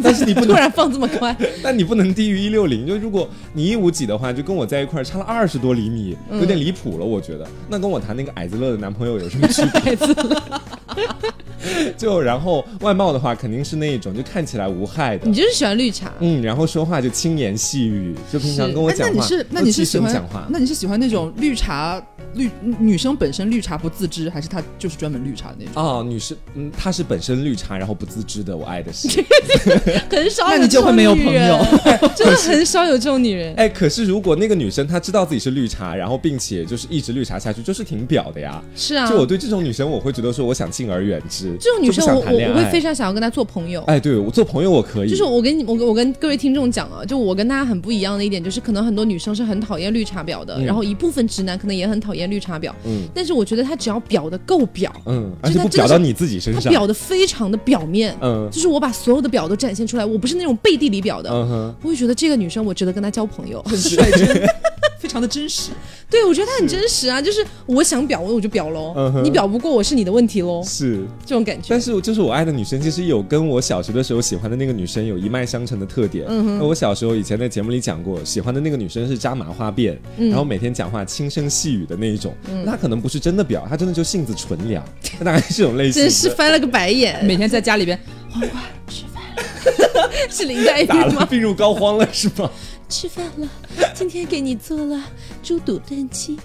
A: 但是你不
B: 突
A: 能
B: 然放这么宽，
A: 但你不能低于一六零，就如果你一五几的话，就跟我在一块儿差了二十多厘米，
B: 嗯
A: 有点离谱了，我觉得。那跟我谈那个矮子乐的男朋友有什么区 别？ 就然后外貌的话，肯定是那一种就看起来无害的
B: 你，就是喜欢绿茶。
A: 嗯，然后说话就轻言细语，就平常
B: 是
A: 跟我
C: 哎那
A: 讲
C: 你
A: 话，
C: 是那你是
A: 都
C: 喜
A: 轻声
C: 欢
A: 讲话。
C: 那你是喜欢那种绿茶绿女生本身绿茶不自知，还是她就是专门绿茶 的那种？
A: 哦，女士，嗯，她是本身绿茶，然后不自知的，我爱的是。
B: 很少
C: 那
B: 有
C: 你
B: 这
C: 就会
B: 种
C: 没有
B: 女
C: 朋
B: 人
C: 友，
B: 真的很少有这种女人。
A: 哎，可是如果那个女生她知道自己是绿茶，然后并且就是一直绿茶下去，就是挺表的呀。
B: 是啊，
A: 就我对这种女生，我会觉得说我想敬而远之。
B: 这种女
A: 就不
B: 生
A: 想
B: 我，我
A: 谈恋
B: 我会
A: 爱
B: 非常想要跟她做朋友。
A: 哎，对我做朋友我可以，
B: 就是我跟你我跟我跟各位听众讲啊，就我跟大家很不一样的一点，就是可能很多女生是很讨厌绿茶婊的，
A: 嗯
B: 然后一部分直男可能也很讨厌绿茶婊，
A: 嗯
B: 但是我觉得她只要婊的够婊，
A: 嗯，
B: 就
A: 而
B: 是
A: 且
B: 他
A: 不
B: 真的
A: 表
B: 是
A: 到你自己身
B: 她
A: 上，
B: 婊的非常的表面，
A: 嗯
B: 就是我把所有的婊都展现出来，我不是那种背地里婊的。
A: 嗯 哼，
B: 我会觉得这个女生我值得跟她交朋友，
C: 很率真，非常的真实。
B: 对我觉得她很真实啊，就是我想表我我就表喽，
A: 嗯哼
B: 你表不过我是你的问题喽，
A: 是。
B: 这种感觉
A: 但。是就是我爱的女生，其实有跟我小学的时候喜欢的那个女生有一脉相承的特点。嗯那我小时候以前在节目里讲过，喜欢的那个女生是扎麻花辫，然后每天讲话轻声细语的那一种。嗯，她可能不是真的婊，她真的就性子纯良，她大概 是这种类型
B: 真
A: 的。
B: 是翻了个白眼，
C: 每天在家里边，
B: 是林黛玉
A: 打
B: 吗
A: 了？病入膏肓了是吗？
D: 吃饭了，今天给你做了猪肚炖 鸡。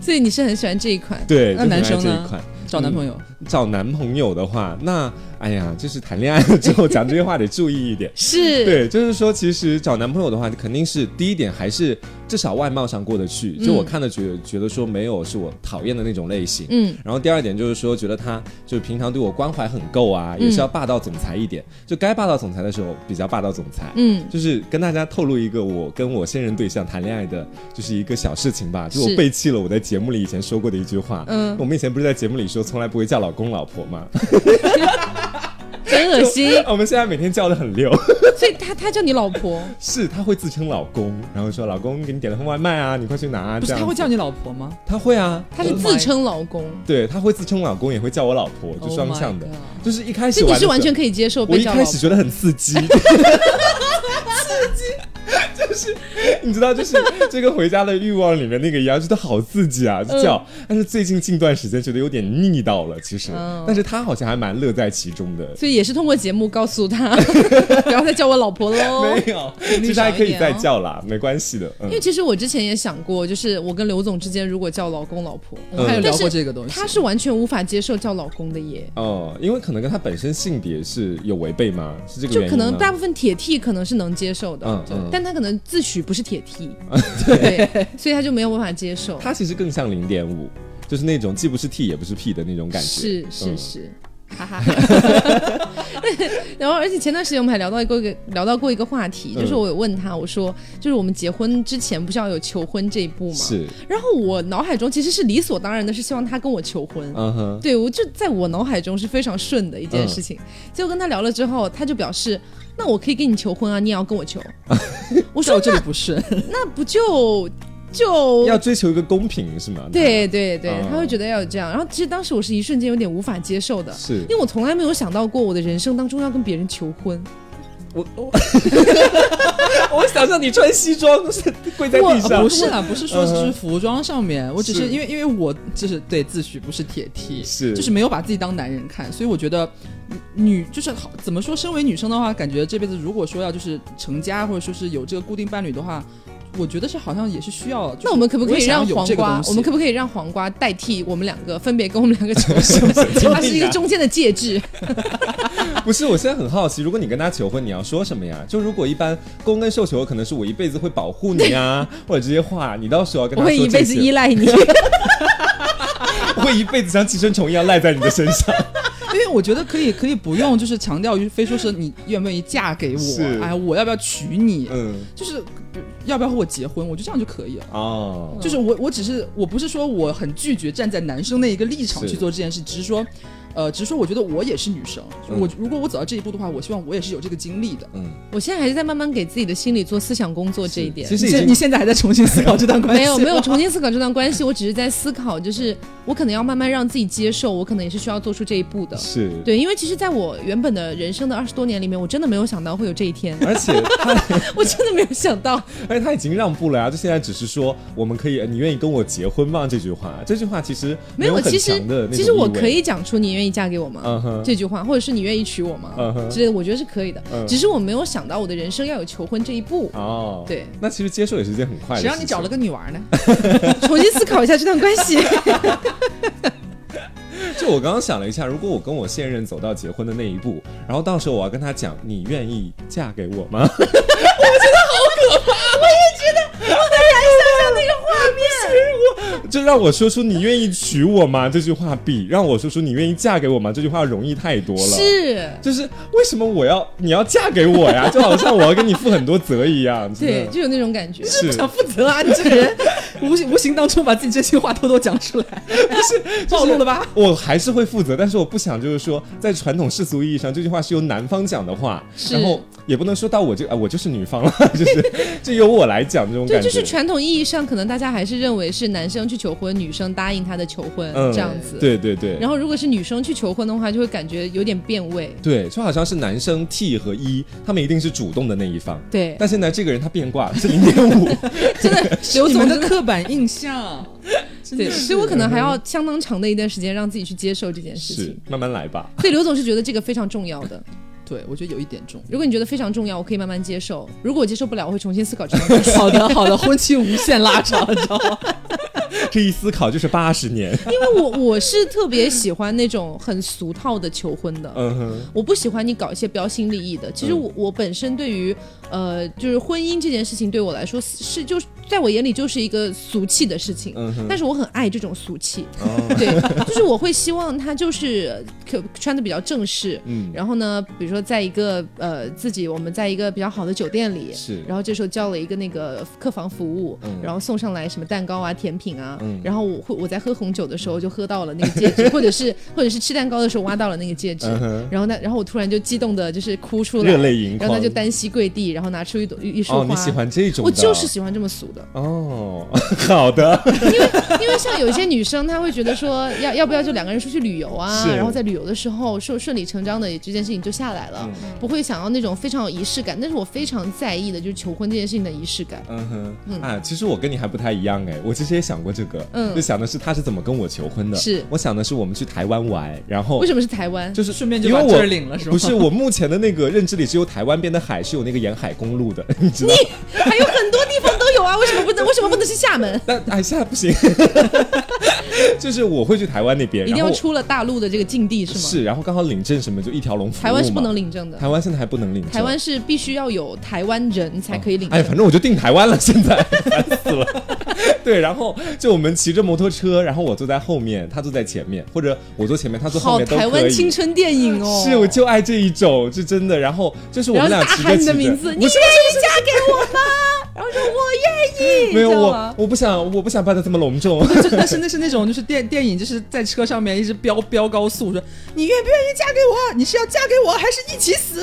B: 所以你是很喜欢这一款，
A: 嗯对，
C: 那
A: 就很
C: 男
A: 爱
C: 生
A: 这
C: 呢
A: 一款
C: 找男朋友，
A: 找男朋友的话，那哎呀，就是谈恋爱了之后讲这些话得注意一点。
B: 是
A: 对，就是说，其实找男朋友的话，肯定是第一点还是至少外貌上过得去。
B: 嗯
A: 就我看了觉觉得说没有是我讨厌的那种类型。
B: 嗯。
A: 然后第二点就是说，觉得他就是平常对我关怀很够啊，
B: 嗯
A: 也是要霸道总裁一点，就该霸道总裁的时候比较霸道总裁。
B: 嗯
A: 就是跟大家透露一个我跟我现任对象谈恋爱的，就是一个小事情吧，就我
B: 是
A: 背弃了我在节目里以前说过的一句话。
B: 嗯
A: 我们以前不是在节目里说从来不会叫老公老婆吗？
B: 真恶心。
A: 我们现在每天叫的很溜。
B: 所以他他叫你老婆，
A: 是，他会自称老公，然后说老公给你点了份外卖啊，你快去拿啊。
C: 不
A: 这
C: 是
A: 样
C: 他会
A: 子
C: 叫你老婆吗？
A: 他会啊，
B: 他是自称老公，
A: 对，他会自称老公，也会叫我老婆，就
C: Oh
A: 双向的
C: my。
A: 就是一开始
B: 所以你
A: 玩的
B: 是完
A: 时
B: 全
A: 候
B: 可以接受
A: 我
B: 被
A: 一
B: 叫老
A: 开
B: 婆
A: 始。觉得很刺 激，刺激，就是你知道，就是这个回家的欲望里面那个一样，觉得好刺激啊，就叫。但是最近近段时间觉得有点腻到了，其实，
B: 嗯
A: 但是他好像还蛮乐在其中的。
B: 所以也是通过节目告 诉他，不要再叫我老婆喽。
A: 没有，其实
C: 少
A: 还可以
C: 一点
A: 再
C: 哦
A: 叫啦，没关系的。嗯
B: 因为，其实我之前也想过，就是我跟刘总之间如果叫老公老婆，
C: 我
A: 嗯
C: 们还有
B: 但
C: 聊
B: 是
C: 过这个东西。
B: 他是完全无法接受叫老公的耶。
A: 哦，因为可能跟他本身性别是有违背吗？是这个
B: 就
A: 原因
B: 可能
A: 吗
B: 大部分铁 T 可能是能接受的，
A: 嗯嗯
B: 但他可能自诩不是铁 T，对，所以他就没有办法接受。
A: 他其实更像零点五，就是那种既不是 T 也不是 P 的那种感觉。
B: 是是
A: 嗯
B: 是，哈哈。 然后，而且前段时间我们还聊到一个聊到过一个话
A: 嗯
B: 题，就是我有问他，我说就是我们结婚之前不是要有求婚这一步吗？
A: 是，
B: 然后我脑海中其实是理所当然的，是希望他跟我求婚。
A: 嗯哼，
B: 对，我就在我脑海中是非常顺的一件
A: 嗯
B: 事情。结果跟他聊了之后，他就表示，那我可以跟你求婚啊，你也要跟 我求。我
C: 在我
B: 说
C: 这里不是，
B: 那不就就
A: 要追求一个公平是吗？，
B: 对对对，
A: 嗯
B: 他会觉得要有这样。然后其实当时我是一瞬间有点无法接受的，
A: 是
B: 因为我从来没有想到过我的人生当中要跟别人求婚。
A: 我我我想象你穿西装是跪在地上，
C: 不是啦，不是说
A: 嗯哼
C: 就是服装上面，我只是
A: 是
C: 因为因为我就是对自诩不是铁 T，
A: 是
C: 就是没有把自己当男人看，所以我觉得女就是好怎么说，身为女生的话，感觉这辈子如果说要就是成家或者说是有这个固定伴侣的话，我觉得是好像也是需要。就是
B: 那我们可不可以
C: 想要
B: 让
C: 有
B: 黄
C: 这个
B: 瓜
C: 东？西
B: 我们可不可以让黄瓜代替我们两个，分别跟我们两个 求婚？ 它是一个中间的介质。
A: 不是，我现在很好奇，如果你跟他求婚，你要说什么呀？就如果一般公跟受求，可能是我一辈子会保护你 啊，或者这些话，你到时候要跟
B: 我
A: 他说
B: 会一辈子依赖你。
A: 赖，会一辈子像寄生虫一样赖在你的身 上。
C: 因为我觉得可以可以不用就是强调于非说是你愿不愿意嫁给
A: 是
C: 我，哎，我要不要娶你，
A: 嗯，
C: 就是要不要和我结婚，我就这样就可以了。
A: 哦，
C: 就是我，我只是我不是说我很拒绝站在男生那一个立场
A: 是
C: 去做这件事，只是说，呃，只是说我觉得我也是女生，
A: 嗯
C: 我如果我走到这一步的话，我希望我也是有这个经历的。
A: 嗯，
B: 我现在还是在慢慢给自己的心理做思想工作这一点
A: 其。实
C: 你
A: 已
C: 现你
A: 经
C: 现在还在重新思考这段关系？
B: 没有没有，重新思考这段关系，我只是在思考，就是我可能要慢慢让自己接受，我可能也是需要做出这一步的。
A: 是。
B: 对，因为其实在我原本的人生的二十多年里面，我真的没有想到会有这一天，
A: 而且他，
B: 我真的没有想到。
A: 而且他已经让步了啊！就现在只是说，我们可以，呃你愿意跟我结婚吗？这句话，这句话其实
B: 没
A: 有
B: 有，
A: 很
B: 其实
A: 强的那种
B: 其实我
A: 意味
B: 可，以讲出你愿意嫁给我吗？
A: 嗯哼，
B: 这句话，或者是你愿意娶我吗？
A: 嗯哼
B: 之类的，我觉得是可以的。
A: 嗯
B: 只是我没有想到我的人生要有求婚这一步，
A: 哦，
B: 对，
A: 那其实接受也是件很快的事
C: 谁
A: 情。
C: 让你找了个女娃 呢？
B: 重新思考一下这段关系。
A: 就我刚刚想了一下，如果我跟我现任走到结婚的那一步，然后到时候我要跟他讲，你愿意嫁给我吗？ 就让我说出你愿意娶我吗这句话比让我说出你愿意嫁给我吗这句话容易太多了。，
B: 是。
A: 就是为什么我要你要嫁给我呀？就好像我要跟你负很多责一样。真
B: 对，
A: 的
B: 就有那种感觉。
A: 是
C: 想负责啊！你这个人无形无形当中把自己真心话偷偷讲出 来，是暴露了吧？
A: 我还是会负责，但是我不想就是说，在传统世俗意义上，这句话是由男方讲的话，
B: 是
A: 然后也不能说到我这啊，我就是女方了， 就是就由我来讲这种
B: 对，
A: 感觉。
B: 就是传统意义上，可能大家还是认为是男生去求婚，女生答应他的求婚、
A: 嗯
B: 这样子。。
A: 对对对，
B: 然后如果是女生去求婚的话，就会感觉有点变味。
A: 对，就好像是男生 T 和一、他们一定是主动的那一方。
B: 对，
A: 但现在这个人他变卦了，是零点 五，
B: 真的，刘
C: 你
B: 总
C: 们
B: 真
C: 的
B: 的
C: 刻板印 象，真
B: 对，
C: 的
B: 所以我可能还要相当长的一段时间让自己去接受这件事
A: 嗯是
B: 情。
A: 慢慢来吧。
B: 所以刘总是觉得这个非常重要的。
C: 对我觉得有一点重。
B: 如果你觉得非常重要，我可以慢慢接受；如果我接受不了，我会重新思考 这段关系。
C: 好的，好的，婚期无限拉 长，你知道吗？
A: 这一思考就是八十 年。
B: 因为我我是特别喜欢那种很俗套的求婚的。
A: 嗯哼，
B: 我不喜欢你搞一些标新立异的。其实我、我本身对于，呃，就是婚姻这件事情对我来说是是就是在我眼里就是一个俗气的事情，
A: 嗯哼
B: 但是我很爱这种俗气，
A: 哦，
B: 对，就是我会希望他就是呃可穿的比较正式，
A: 嗯，
B: 然后呢，比如说在一个呃自己我们在一个比较好的酒店里，
A: 是
B: 然后这时候叫了一个那个客房服务，
A: 嗯
B: 然后送上来什么蛋糕啊、甜品啊，
A: 嗯
B: 然后我会我在喝红酒的时候就喝到了那个戒 指，或者是或者是吃蛋糕的时候挖到了那个戒指，
A: 嗯哼
B: 然后呢，然后我突然就激动的就是哭出来，
A: 热泪盈
B: 然
A: 眶。
B: 后他就单膝跪地，然后拿出一朵一一束花。
A: 哦，你喜欢这种的？
B: 我就是喜欢这么俗的，
A: 哦， 好的，
B: 因为像有一些女生，她会觉得说要要不要就两个人出去旅游啊，
A: 是
B: 然后在旅游的时候顺顺理成章的这件事情就下来了，
A: 嗯
B: 不会想要那种非常有仪式感。但是我非常在意的就是求婚这件事情的仪式感。
A: 嗯哼，啊，其实我跟你还不太一样哎，我其实也想过这个，
B: 嗯
A: 就想的是他是怎么跟我求婚的，
B: 是
A: 我想的是我们去台湾玩，然后
B: 为什么是台湾？
A: 就是
C: 顺便就
A: 因为
C: 把
A: 我
C: 证儿领了是吗
A: 不是，我目前的那个认知里，只有台湾边的海是有那个沿海公路的， 你知道？
B: 还有很多地方都 有啊，为什么不能？为什么不能是厦门？
A: 但哎，现在不行， 就是我会去台湾那边，
B: 一定
A: 然
B: 要
A: 后
B: 出了大陆的这个境地是吗？
A: 是，然后刚好领证什么就一条龙服务嘛。
B: 台湾是不能领证的，
A: 台湾现在还不能领证，
B: 台湾是必须要有台湾人才可以领
A: 哎，
B: 证。
A: 反正我就定台湾了，现在 烦死了。对，然后就我们骑着摩托车，然后我坐在后面，他坐在前面，或者我坐前面，他坐后
B: 好
A: 面都
B: 台
A: 可
B: 湾
A: 以
B: 青。春电影哦，
A: 是，我就爱这一种，是真的。然后就是我们俩
B: 然后大
A: 骑着
B: 喊
A: 骑
B: 你
A: 着，
B: 的名字，你
A: 不是
B: 愿意嫁给我吗？然后说我愿意，
A: 没有
B: 你知道
A: 我
B: 吗，
A: 我不想，我不想办的这么隆重。
C: 就但是那是那种就是电电影，就是在车上面一直飙飙高速，说你愿不愿意嫁给我？你是要嫁给我还是一 起死？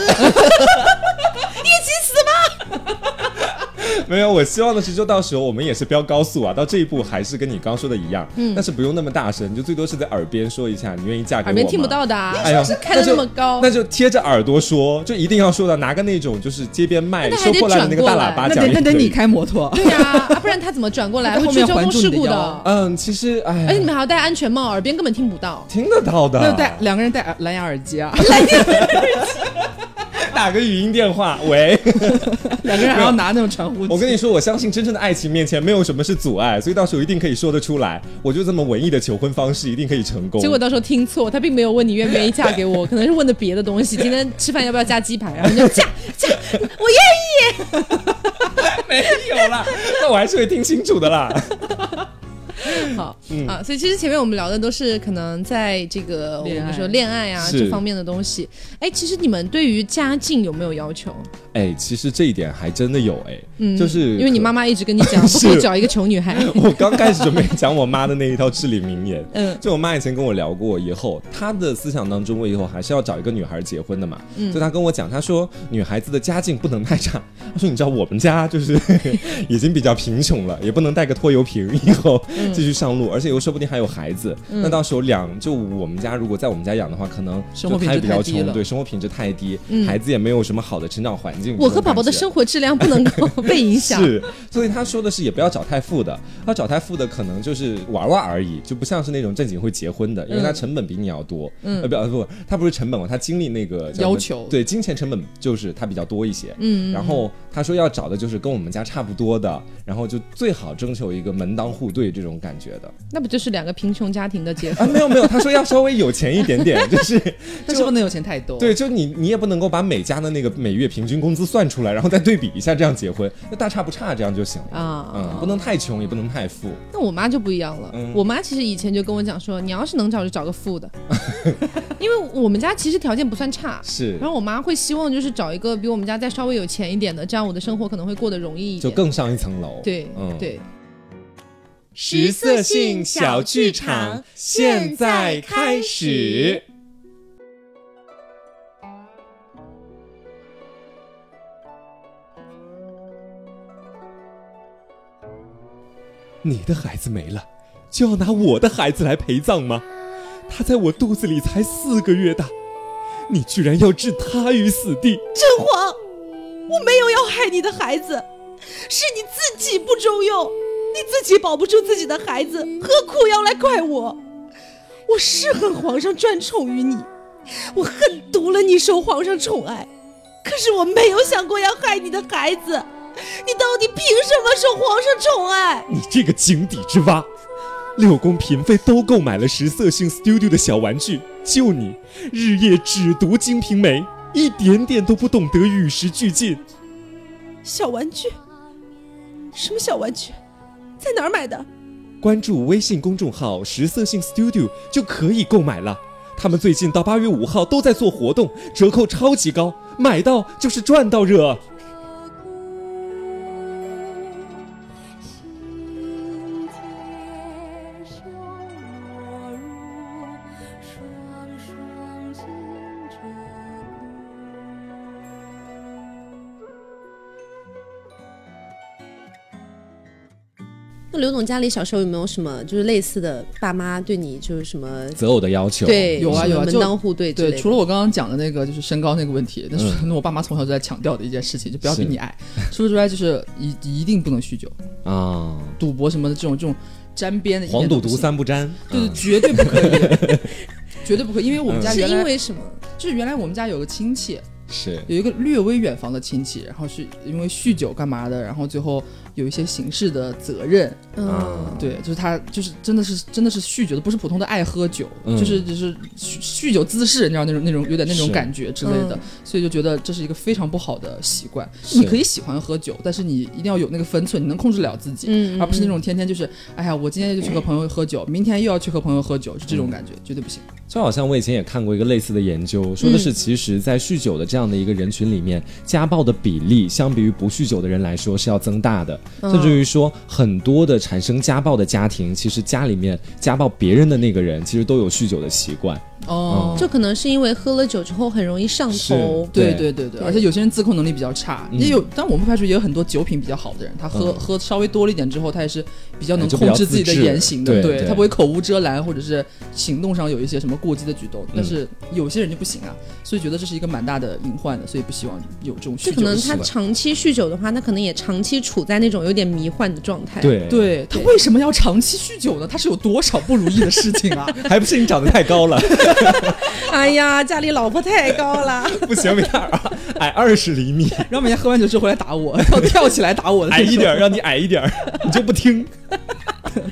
A: 没有，我希望的是，就到时候我们也是飙高速啊，到这一步还是跟你刚说的一样，但是不用那么大声，你就最多是在耳边说一下，你愿意嫁给我
B: 嗯耳
A: 吗？
B: 边听不到的啊，
A: 哎呀，
B: 看得那么高
A: 那就，那就贴着耳朵说，就一定要说的，拿个那种就是街边卖
B: 那他
A: 收
B: 还得
A: 破烂的那个大喇叭
C: 那
A: 讲
C: 得
A: 也
C: 那
A: 可
C: 得你
A: 以。
C: 开 摩托，
B: 对呀，啊不然他怎么转过来
C: 他
B: 会
C: 后
B: 出
C: 面
B: 交通
C: 环住你
B: 事
C: 的
B: 故
C: 腰
B: 的？
A: 嗯，其实哎
B: 而且你
A: 呀，
B: 们还要戴安全帽，耳边根本听不到。
A: 听得到的。
C: 那戴两个人戴耳蓝牙耳机啊，
A: 打个语音电话，喂，
C: 两个人还要拿那种传呼机。
A: 我跟你说，我相信真正的爱情面前没有什么是阻碍，所以到时候一定可以说得出来。我就这么文艺的求婚方式，一定可以成功。
B: 结果到时候听错，他并没有问你愿不愿意嫁给我，可能是问的别的东西。今天吃饭要不要加鸡排？然后你就嫁嫁，我愿意。
A: 没有啦，那我还是会听清楚的 啦。
B: 好、啊，所以其实前面我们聊的都是可能在这个我
C: 恋爱
B: 们说恋爱啊
A: 是
B: 这方面的东西。哎，其实你们对于家境有没有要求？
A: 哎，其实这一点还真的有哎，就是
B: 嗯因为你妈
A: 妈，
B: 妈一直跟你 讲，不
A: 是
B: 可以找一个穷女孩。
A: 我刚开始准备讲我妈的那一套至理名言，
B: 嗯
A: 就我妈以前跟我聊过，以后她的思想当中，我以后还是要找一个女孩结婚的嘛。嗯，就她跟我讲，她说女孩子的家境不能太差。她说你知道我们家就是 已经比较贫穷了，也不能带个拖油瓶以后继续上路，而且又说不定还有孩子。那到时候两就我们家如果在我们家养的话，可能就
C: 生活品
A: 她也
C: 质
A: 比较
C: 太低
A: 穷，
C: 了
A: 对，生活品质太低，孩子也没有什么好的成长环境。
B: 我和宝宝的
A: 生。
B: 生活质量不能够被影响。
A: 是，所以他说的是也不要找太富的，他找太富的可能就是玩玩而已，就不像是那种正经会结婚的，因为他成本比你要多。嗯，呃，不不，他不是成本嘛，他精力那个叫
C: 要
A: 什么
C: 求
A: 对金钱成本就是他比较多一些。嗯，然后他说要找的就是跟我们家差不多的，然后就最好征求一个门当户对这种感觉 的。
B: 那不就是两个贫穷家庭的结 合？
A: 啊，没有没有，他说要稍微有钱一点点， 就是
C: 但是不能有钱太多。
A: 对，就你你也不能够把每家的那个每月平均工资算出来，然后再对比一下，这样结婚，那大差不差这样就行了
B: 啊
A: 嗯，不能太穷，也不能太富。
B: 那我妈就不一样了，
A: 嗯
B: 我妈其实以前就跟我讲说，你要是能找就找个富 的，因为我们家其实条件不算差。
A: 是，
B: 然后我妈会希望就是找一个比我们家再稍微有钱一点的，这样我的生活可能会过得容易一点。
A: 就更上一层楼。
B: 对、
A: 嗯，。
B: 对，
D: 十色性小剧场现在开始。
A: 你的孩子没了，就要拿我的孩子来陪葬吗？他在我肚子里才四个月大，你居然要置他于死地！
D: 真皇，我没有要害你的孩子，是你自己不中用，你自己保不住自己的孩子，何苦要来怪我？我是恨皇上专宠于你，我恨毒了你受皇上宠爱，可是我没有想过要害你的孩子，你到底凭什么受皇上宠爱？
A: 你这个井底之蛙！六宫嫔妃都购买了十色性 Studio 的小玩具，就你日夜只读《金瓶梅》，一点点都不懂得与时俱进。
D: 小玩具？什么小玩具？在哪儿买的？
A: 关注微信公众号“十色性 Studio” 就可以购买了。他们最近到八月五号都在做活动，折扣超级高，买到就是赚到热。
D: 那刘总家里小时候有没有什么就是类似的爸妈对你就是什么
A: 择偶的要求，
D: 对
C: 有啊
D: 什么
C: 有啊
D: 门
C: 就
D: 当户对之类
C: 对，
D: 的
C: 除了我刚刚讲的那个就是身高那个问题，那是那我爸妈从小就在强调的一件事情，就不要
A: 嗯
C: 比
A: 是
C: 你矮。除此之外，就是一一定不能酗酒、
A: 啊，
C: 赌博什么的这种这种沾边的一点都不行，
A: 不沾，嗯
C: 对对，绝嗯对不可以，绝对不可以。因为我们家
B: 是
C: 原
B: 因
C: 来
B: 为什么？
C: 就是原来我们家有个亲戚，
A: 是
C: 有一个略微远房的亲戚，然后是因为酗酒干嘛的，然后最后有一些刑事的责任。
B: 嗯
A: 啊，
C: 对，就是他，就是真的是真的是酗酒的，不是普通的爱喝酒，
A: 嗯
C: 就是就是酗酗酒滋事，你知道那种那种有点那种
A: 是
C: 感觉之类的，
B: 嗯
C: 所以就觉得这是一个非常不好的习惯。
A: 是
C: 你可以喜欢喝酒，但是你一定要有那个分寸，你能控制了自己，
B: 嗯
C: 而不是那种天天就是哎呀，我今天就去和朋友喝酒，明天又要去和朋友喝酒，就这
A: 嗯
C: 种感觉、绝对不行。
A: 就好像我以前也看过一个类似的研究，说的是其实，在酗酒的这样的一个人群里面，家暴的比例相比于不酗酒的人来说是要增大的，甚至于说很多的产生家暴的家庭，其实家里面家暴别人的那个人，其实都有酗酒的习惯。
C: 哦
B: 就可能是因为喝了酒之后很容易上头
A: 是，
C: 对
A: 对
C: 对对对，
B: 对
C: 而且有些人自控能力比较差，
A: 嗯
C: 也有，但我们不排除也有很多酒品比较好的人，他喝、
A: 嗯
C: 喝稍微多了一点之后，他也是比较能
A: 就比较
C: 控制自己的
A: 自制
C: 言行的，
A: 对对
C: 他不会口无遮拦，或者是行动上有一些什么过激的举动。但是有些人就不行啊，所以觉得这是一个蛮大的隐患的，所以不希望有这种酗
B: 就可
C: 酒的
B: 能
C: 习
B: 他
C: 惯。
B: 长期酗酒的话，他可能也长期处在那种有点迷幻的状态。，
A: 对，
C: 对他为什么要长期酗酒呢？他是有多少不如意的事情啊？
A: 还不是你长得太高了，
B: 哎呀，家里老婆太高了，
A: 不行，比他矮二十厘米，
C: 然后每天喝完酒之后回来打我，要跳起来打我的
A: 矮
C: 那种。
A: 一点，让你矮一点，你就不听。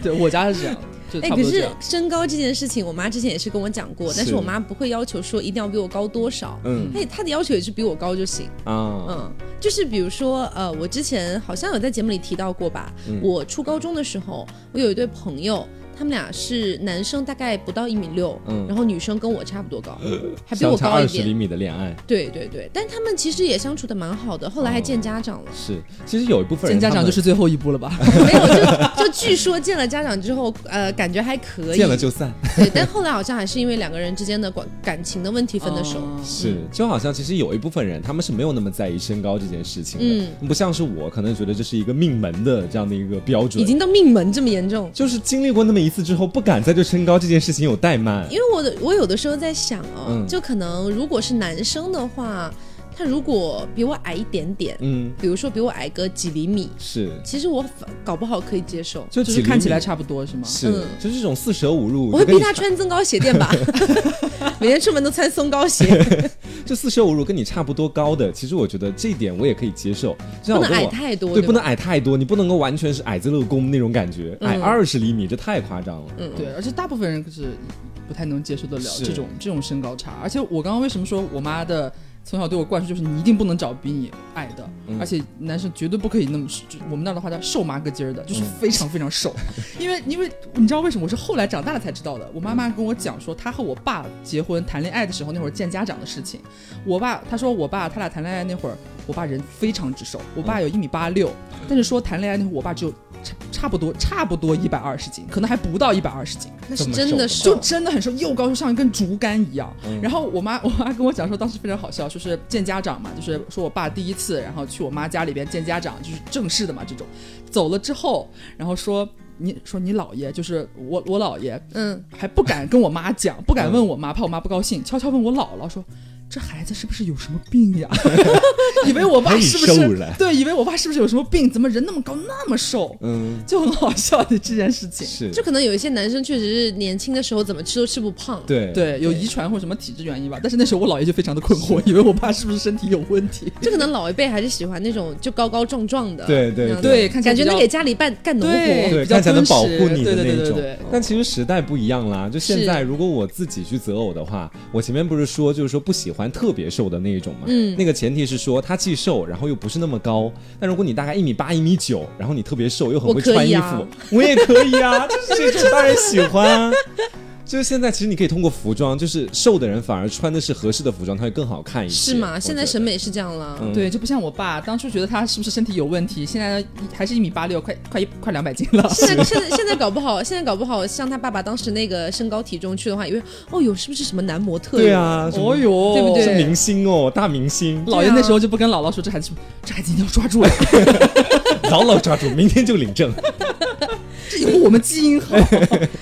C: 对我家是这样，就
B: 哎，
C: 差不
B: 可
C: 多这
B: 是
C: 样。
B: 身高这件事情，我妈之前也是跟我讲过，但
A: 是
B: 是我妈不会要求说一定要比我高多少，哎
A: 嗯
B: 她她的要求也是比我高就行。
A: 啊，
B: 嗯，就是比如说，呃，我之前好像有在节目里提到过吧，
A: 嗯
B: 我初高中的时候，我有一对朋友。他们俩是男生，大概不到一米六、
A: 嗯
B: 然后女生跟我差不 多高，还比
A: 相
B: 我
A: 差
B: 高一
A: 二十
B: 点
A: 厘。米的恋爱
B: 对对对，但他们其实也相处的蛮好
A: 哦
B: 的，后来还见家长了。
A: 是，其实有一部分
C: 见
A: 人
C: 家
A: 他
C: 长
A: 们
C: 就是最后一步了吧？
B: 没有，就 就据说见了家长之后，呃，感觉还可以。
A: 见了就散。
B: 对，但后来好像还是因为两个人之间的感感情的问题分的手。
C: 哦
A: 是，
B: 嗯
A: 就好像其实有一部分人他们是没有那么在意身高这件事情的，
B: 嗯
A: 不像是我可能觉得这是一个命门的这样的一个标准，
B: 已经到命门这么严重。
A: 就是经历过那么一次之后，不敢再对身高这件事情有怠慢。
B: 因为我的我有的时候在想哦，
A: 嗯
B: 就可能如果是男生的话，他如果比我矮一点点，
A: 嗯，
B: 比如说比我矮个几厘米，
A: 是，
B: 其实我反搞不好可以接受。
A: 就
C: 就
A: 几
C: 是看
A: 厘
C: 起来
A: 米
C: 差不多是吗？
A: 是，
B: 嗯
A: 就是这种四舍五入，
B: 我
A: 就
B: 会
A: 跟
B: 逼
A: 你
B: 他
A: 差，
B: 穿增高鞋垫 吧，每天出门都穿松高鞋，
A: 就四舍五入跟你差不多高的，其实我觉得这一点我也可以接受。就像
B: 不
A: 我
B: 能
A: 跟
B: 矮
A: 我
B: 太多，
A: 对，
B: 吧
A: 不能矮太多，你不能够完全是矮子乐宫那种感觉，矮
B: 嗯
A: 二十厘米这太夸张了。
B: 嗯
C: 对，而且大部分人可是不太能接受得了
A: 是
C: 这种这种身高差。而且我刚刚为什么说我妈的从小对我灌输就是你一定不能找比你矮的，
A: 嗯
C: 而且男生绝对不可以那么，就我们那儿的话叫瘦麻个筋儿的， 就是非常非常瘦。因为因为你知道为什么？我是后来长大了才知道的。我妈妈跟我讲说，她和我爸结婚谈恋爱的时候，那会儿见家长的事情。我爸她说我爸他俩谈恋爱那会儿，我爸人非常之瘦，我爸有一米八六，
A: 嗯
C: 但是说谈恋爱那会儿，我爸只有差差不多差不多一百二十斤，可能还不到一百二十斤。
B: 嗯那是嗯
A: 这么
B: 真的
A: 瘦
B: 瘦
C: 就。真的很瘦，又高又像一根竹竿一样。然后我妈，我 妈跟我讲说，当时非常好笑，就是见家长嘛，就是说我爸第一次，然后去我妈家里边见家长，就是正式的嘛这种。走了之后，然后说你说你姥爷，就是我我姥爷，
B: 嗯，
C: 还不敢跟我妈讲，不敢问我妈，怕我妈不高兴，悄悄问我姥姥说。这孩子是不是有什么 病呀？以为我爸
A: 把你
C: 是不
A: 收
C: 是
A: 来
C: 对？以为我爸是不是有什么病？怎么人那么高那么瘦？
A: 嗯，
C: 就很好笑的这件事情。
A: 是，
B: 就可能有一些男生确实是年轻的时候怎么吃都吃不胖，
A: 对，
C: 对，有遗传或什么体质原因吧。但是那时候我姥爷就非常的困惑，以为我爸是不是身体有问题。
B: 就可能老一辈还是喜欢那种就高高壮壮的，
A: 对对
B: 那样子
C: 对看起
B: 感
C: 来
B: 觉
C: 比较
B: 能给家里办干农活
C: 对，
A: 对，
C: 比较
A: 看起来能
C: 敦
A: 保护
C: 实
A: 你的
C: 对对
A: 那
C: 对对
A: 种。
C: 对
A: 但其实时代不一样啦，就现
B: 是
A: 在，如果我自己去择偶的话，我前面不是说就是说不喜欢特别瘦的那一种嘛，
B: 嗯
A: 那个前提是说他既瘦，然后又不是那么高。但如果你大概一米八、一米九，然后你特别瘦又很
B: 我
A: 会
B: 可
A: 穿
B: 以
A: 衣服，
B: 啊
A: 我也可以啊，就是这种当然喜欢啊。就是现在，其实你可以通过服装，就是瘦的人反而穿的是合适的服装，他会更好看一些。
B: 是
A: 我
B: 吗？现在
A: 觉
B: 审
A: 得
B: 美是这样了，
A: 嗯
C: 对，就不像我爸，当初觉得他是不是身体有问题，现在还是一米八六，快快一快两百斤了。
B: 现在现在现在搞不好，现在搞不好，像他爸爸当时那个身高体重去的话，以为哦哟，是不是什么男模特？
A: 对，啊，什么
C: 哦哟，
B: 对不对
A: 是明星哦，大明星，
C: 姥爷那时候就不跟姥姥说这孩子，这孩子一定要抓 住，
A: 牢牢抓住，明天就领证。
C: 这有我们基因好。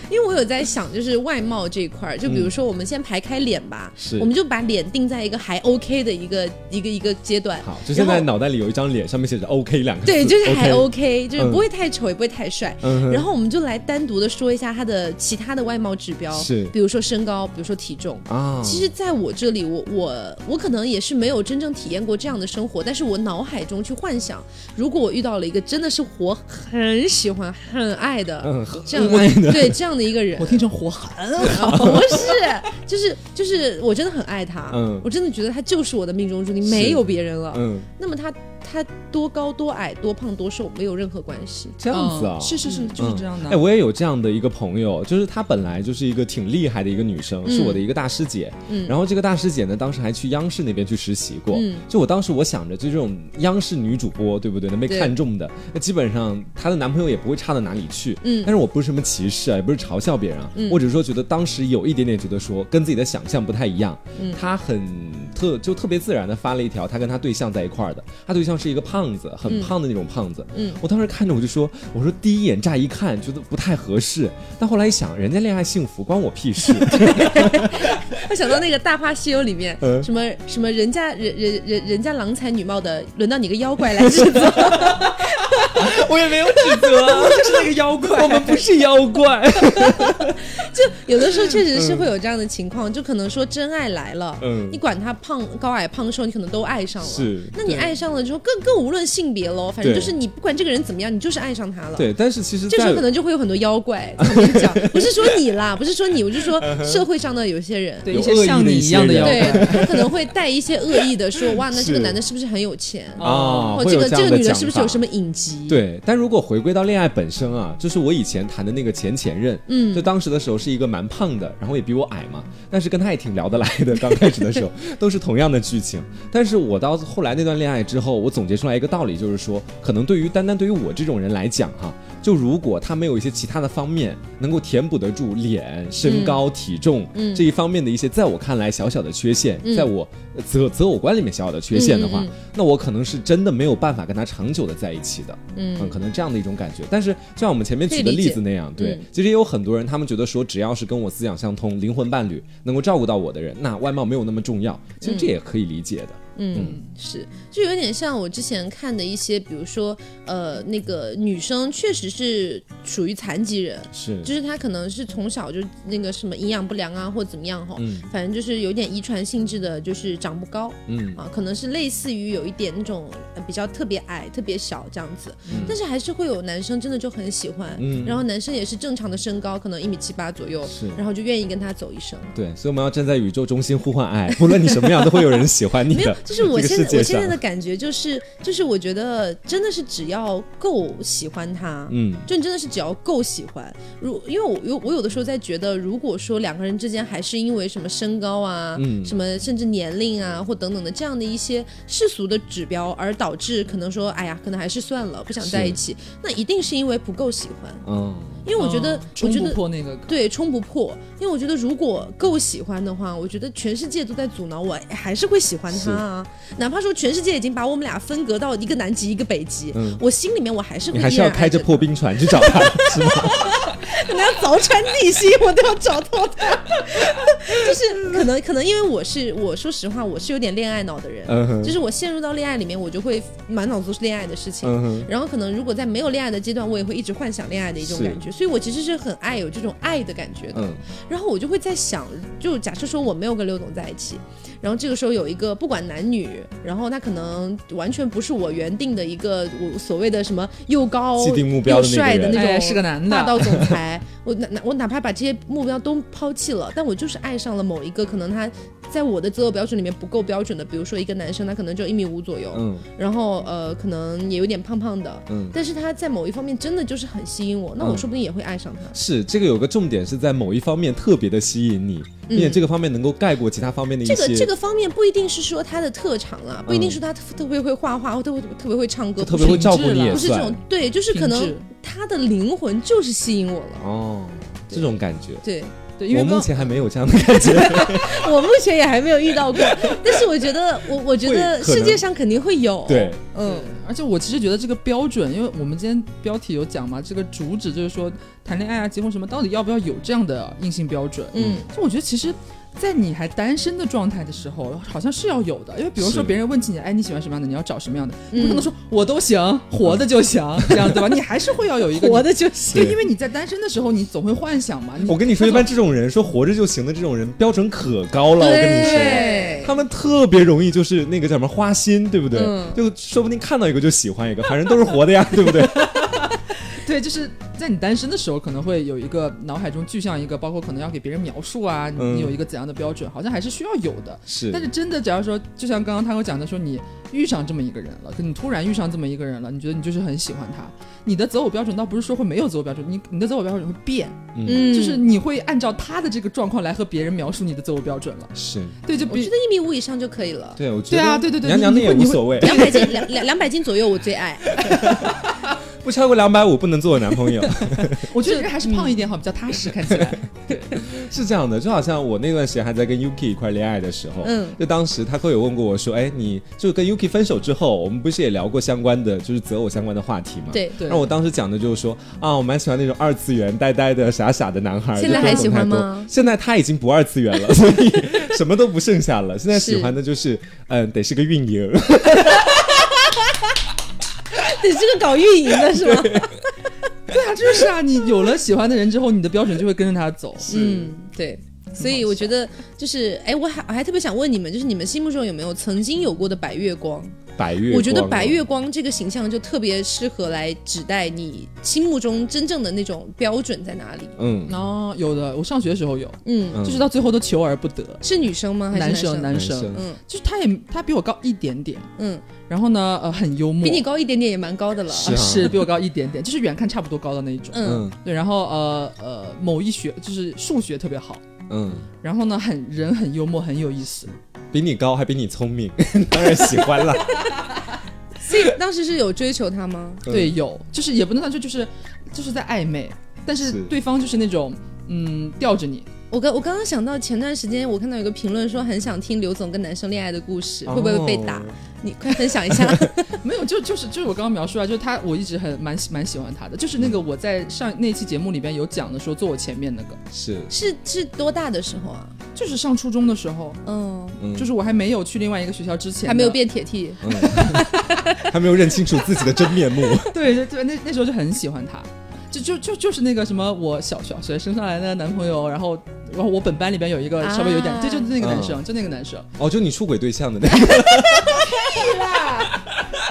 B: 因为我有在想，就是外貌这一块儿，就比如说我们先排开脸吧，
A: 嗯是
B: 我们就把脸定在一个还 OK 的一个一个一个阶段。
A: 好，就现在
B: 然后
A: 脑袋里有一张脸，上面写着 “OK” 两个字，
B: 对，就是还
A: OK。
B: OK，就是
A: 嗯
B: 不会太丑，也不会太帅。
A: 嗯哼
B: 然后我们就来单独的说一下他的其他的外貌指标，
A: 是
B: 比如说身高，比如说体重。
A: 啊，
B: 其实，在我这里，我我我可能也是没有真正体验过这样的生活，但是我脑海中去幻想，如果我遇到了一个真的是我很喜欢、很爱的，
A: 嗯，
B: 这样
A: 很爱 的
B: 对这样的一个人啊
C: 我，听成火寒，
B: 不是，就是就是，我真的很爱他，
A: 嗯
B: 我真的觉得他就是我的命中注定，
A: 是
B: 没有别人了。
A: 嗯，
B: 那么他他多高多矮多胖多瘦没有任何关系，
A: 这样
B: 哦
A: 子啊、
C: 嗯是是是，就是这样的。
A: 哎，我也有这样的一个朋友，就是她本来就是一个挺厉害的一个女生，是
B: 嗯
A: 我的一个大师姐。
B: 嗯
A: 然后这个大师姐呢，当时还去央视那边去实习过。
B: 嗯
A: 就我当时我想着，就这种央视女主播，对不对？能被
B: 对
A: 看中的，那基本上她的男朋友也不会差到哪里去。
B: 嗯
A: 但是我不是什么歧视啊，也不是嘲笑别人啊，
B: 嗯
A: 我只是说觉得当时有一点点觉得说跟自己的想象不太一样。
B: 嗯
A: 她很特就特别自然的发了一条，她跟她对象在一块儿的，她对象是一个胖子，很
B: 嗯
A: 胖的那种胖子。
B: 嗯
A: 我当时看着我就说，我说第一眼乍一看觉得不太合适，但后来一想，人家恋爱幸福关我屁 事。
B: 他想到那个《大话西游》里面，
A: 嗯
B: 什么什么人家人人人人家郎才女貌的，轮到你个妖怪来 指责，
A: 哎我也没有指 责，啊
C: 就是那个妖 怪，
A: 我们不是妖怪。
B: 就有的时候确实是会有这样的情况，就可能说真爱来了，
A: 嗯
B: 你管他胖高矮胖瘦，你可能都爱上了。
A: 是
B: 那你
A: 对
B: 爱上了之后，更更无论性别喽，反正
A: 对
B: 就是你不管这个人怎么样，你就是爱上他了。
A: 对，但是其实
B: 这时
A: 在
B: 候可能就会有很多妖怪在旁边 讲，不是说你啦，不是说你，我就说社会上的有些人，
C: 对
A: 有
C: 一些
A: 恶意
C: 像
A: 的
C: 你
A: 一
C: 一
A: 些
C: 样的
A: 人
C: 妖
B: 对
C: 怪，
B: 他可能会带一些恶意的说，哇，那这个
A: 是
B: 男的是不是很有钱？
A: 啊，会
B: 或哦这
A: 有
B: 个
A: 样
B: 这
A: 的
B: 个女人
A: 讲
B: 是不是有
A: 法
B: 什么隐疾？，
A: 对，但如果回归到恋爱本身啊，就是我以前谈的那个前前任，嗯，就当时的时候是一个蛮胖的，然后也比我矮嘛，但是跟他也挺聊得来的。刚开始的时候都是同样的剧情，但是我到后来那段恋爱之后，我总结出来一个道理，就是说，可能对于单单对于我这种人来讲哈、就如果他没有一些其他的方面能够填补得住脸、身高、体重、这一方面的一些，在我看来小小的缺陷，在我呃择择偶观里面小小的缺陷的话，那我可能是真的没有办法跟他长久的在一起的。嗯，可能这样的一种感觉。但是就像我们前面举的例子那样，
B: 以
A: 对，
B: 理解嗯
A: 其实也有很多人，他们觉得说，只要是跟我思想相通、灵魂伴侣能够照顾到我的人，那外貌没有那么重要。其实这也可以理解的。
B: 嗯，是，就有点像我之前看的一些，比如说，呃，那个女生确实是属于残疾人，
A: 是，
B: 就是她可能是从小就那个什么营养不良啊，或怎么样哈，
A: 嗯
B: 反正就是有点遗传性质的，就是长不高，
A: 嗯，
B: 啊，可能是类似于有一点那种呃比较特别矮、特别小这样子，但是还是会有男生真的就很喜欢，
A: 嗯
B: 然后男生也是正常的身高，可能一米七八左右
A: 是，
B: 然后就愿意跟他走一生。
A: 对，所以我们要站在宇宙中心呼唤爱，不论你什么样，都会有人喜欢你
B: 没有
A: 的，。
B: 就是我
A: 这个
B: 现
A: 世
B: 在、
A: 界
B: 我现
A: 上
B: 在的感觉就是，就是我觉得真的是只要够喜欢他，
A: 嗯，
B: 就你真的是只要够喜欢，如因为我有我有的时候在觉得，如果说两个人之间还是因为什么身高啊，
A: 嗯
B: 什么甚至年龄啊或等等的这样的一些世俗的指标，而导致可能说，哎呀，可能还是算了，不想在一起，那一定是因为不够喜欢，
A: 嗯，
B: 因为我觉得，
C: 嗯
B: 我
C: 冲
B: 觉
C: 不
B: 得。
C: 破那个
B: 对，冲不破，因为我觉得如果够喜欢的话，我觉得全世界都在阻挠我，哎还是会喜欢他啊。哪怕说全世界已经把我们俩分隔到一个南极一个北极，
A: 嗯
B: 我心里面我还是会
A: 你还
B: 依
A: 是要
B: 然爱
A: 开着破冰船去找他，是吗？
B: 可能要凿穿地心，我都要找到他。 就是可能可能因为我是我说实话，我是有点恋爱脑的人，
A: 嗯哼
B: 就是我陷入到恋爱里面，我就会满脑子都是恋爱的事情。
A: 嗯哼
B: 然后可能如果在没有恋爱的阶段，我也会一直幻想恋爱的一种
A: 是
B: 感觉，所以我其实是很爱有这种爱的感觉的。
A: 嗯
B: 然后我就会在想，就假设说我没有跟刘总在一起，然后这个时候有一个不管男女，然后他可能完全不是我原定的一个我所谓的什么又高
A: 既定目标
B: 哦又
A: 的那个
B: 帅的
A: 人
B: 那种、
C: 哎是个男的
B: 霸道总裁，我哪哪我哪怕把这些目标都抛弃了，但我就是爱上了某一个可能他在我的择偶标准里面不够标准的，比如说一个男生他可能就一米五左右，
A: 嗯
B: 然后呃可能也有点胖胖的。
A: 嗯。
B: 但是他在某一方面真的就是很吸引我，那我说不定也会爱上他。
A: 是，这个有个重点是在某一方面特别的吸引你，并且这个方面能够盖过其他方面的一
B: 嗯这
A: 些。
B: 个这个方面不一定是说他的特长啊，不一定是他特特别会画画，或特别特别会唱歌，
A: 就特别会照顾你也
B: 不是不是这
A: 算
B: 种，对，就是可
C: 品
B: 能
C: 质
B: 他的灵魂就是吸引我了，
A: 哦，这种感觉。
B: 对，
C: 对，因为
A: 我目
C: 刚
A: 前还没有这样的感觉。
B: 我目前也还没有遇到过， 但是我觉得，我我觉得
A: 会可能
B: 世界上肯定会有。
A: 对，
C: 嗯，而且我其实觉得这个标准，因为我们今天标题有讲嘛，这个主旨就是说谈恋爱啊、结婚什么，到底要不要有这样的硬性标准？
B: 嗯，
C: 就我觉得其实。在你还单身的状态的时候，好像是要有的，因为比如
A: 是
C: 说别人问起你，哎，你喜欢什么样的，你要找什么样的，你
B: 嗯
C: 不能说我都行，活的就行，
A: 嗯
C: 这样对吧？你还是会要有一 个
B: 活
C: 的，
B: 的就行。
C: 对，因为你在单身的时候，你总会幻想嘛。你
A: 我跟你说，一般这种人说活着就行的这种人，标准可高了。我跟你说，
B: 对
A: 他们特别容易就是那个叫什么花心，对不对？
C: 嗯
A: 就说不定看到一个就喜欢一个，反正都是活的呀，对不 对？
C: 对，就是在你单身的时候，可能会有一个脑海中具象一个，包括可能要给别人描述啊，你
A: 嗯
C: 你有一个怎样的标准，好像还是需要有的。
A: 是
C: 但是真的，假如说，就像刚刚他跟我讲的，说你遇上这么一个人了，可你突然遇上这么一个人了，你觉得你就是很喜欢他，你的择偶标准倒不是说会没有择偶标准，你你的择偶标准会变，
B: 嗯，
C: 就是你会按照他的这个状况来和别人描述你的择偶标准了。
A: 是，
C: 对，就
B: 我觉
C: 比
B: 得一米五以上就可以了，
A: 对，我觉
C: 对
A: 得
C: 啊对对对
A: 娘娘
C: 你
A: 那
C: 你
A: 也
C: 会
A: 无
C: 你会
A: 所谓，
B: 两百斤两两两百斤左右我 最爱。
A: 不超过两百五不能做我男朋友。
C: 我觉得人还是胖一点好，比较踏实，看起来。
A: 是这样的，就好像我那段时间还在跟 Yuki 一块恋爱的时候，
B: 嗯
A: 就当时他会有问过我说，哎，你就跟 Yuki 分手之后，我们不是也聊过相关的，就是择偶相关的话题嘛？。
B: 对，
C: 对
A: 然后我当时讲的就是说啊，我蛮喜欢那种二次元呆呆的傻傻的男孩。
E: 现在
A: 就不要
E: 还喜欢吗
A: 懂太多？现在他已经不二次元了， 所以什么都不剩下了。现在喜欢的就是，嗯，得是个运营。
B: 你这个搞运营的是吗？
C: 对啊，就是啊，你有了喜欢的人之后，你的标准就会跟着他走。
B: 嗯，对。所以我觉得就是，哎，我还我还特别想问你们，就是你们心目中有没有曾经有过的白月光？
A: 白月光，啊
B: 我觉得白月光这个形象就特别适合来指代你心目中真正的那种标准在哪里。
A: 嗯，
C: 哦，有的，我上学的时候有，
B: 嗯，
A: 嗯，
C: 就是到最后都求而不得。
B: 是女生吗？还是
C: 男
B: 生？
C: 男
A: 男
C: 生，
A: 生
B: 嗯
C: 就是他也他比我高一点点，
B: 嗯，
C: 然后呢，呃，很幽默，呃
B: 比你高一点点也蛮高的了。
A: 是啊
C: 是比我高一点点，就是远看差不多高的那一种。
B: 嗯
A: 嗯
C: 对，然后呃呃，某一学就是数学特别好，
A: 嗯，
C: 然后呢，很人很幽默，很有意思。
A: 比你高还比你聪明， 当然喜欢 了。
B: 所以当时是有追求他吗？
A: 嗯
C: 对，有就是也不能算是就是就是在暧昧，但是
A: 是
C: 对方就是那种嗯吊着你，
B: 我刚我刚刚想到前段时间我看到有个评论说很想听刘总跟男生恋爱的故事，会不会被打
A: 哦？
B: 你快分享一 下。
C: 没有就就是就是我刚刚描述啊，就是他我一直很蛮喜蛮喜欢他的，就是那
A: 嗯
C: 个我在上那期节目里边有讲的说坐我前面那个，
A: 是，
B: 是是多大的时候啊？
C: 就是上初中的时候，
B: 嗯，
A: 嗯
C: 就是我还没有去另外一个学校之前，
B: 还没有变铁 T。
A: 嗯，还没有认清楚自己的真 面目。
C: 对对对，那那时候就很喜欢他，就就就就是那个什么，我小小学生上来的男朋友，然后然后我本班里边有一个稍微有点，
B: 啊
C: 对，就那个男生，就那个男生，
A: 哦，就你出轨对象的
C: 哎
A: 那个，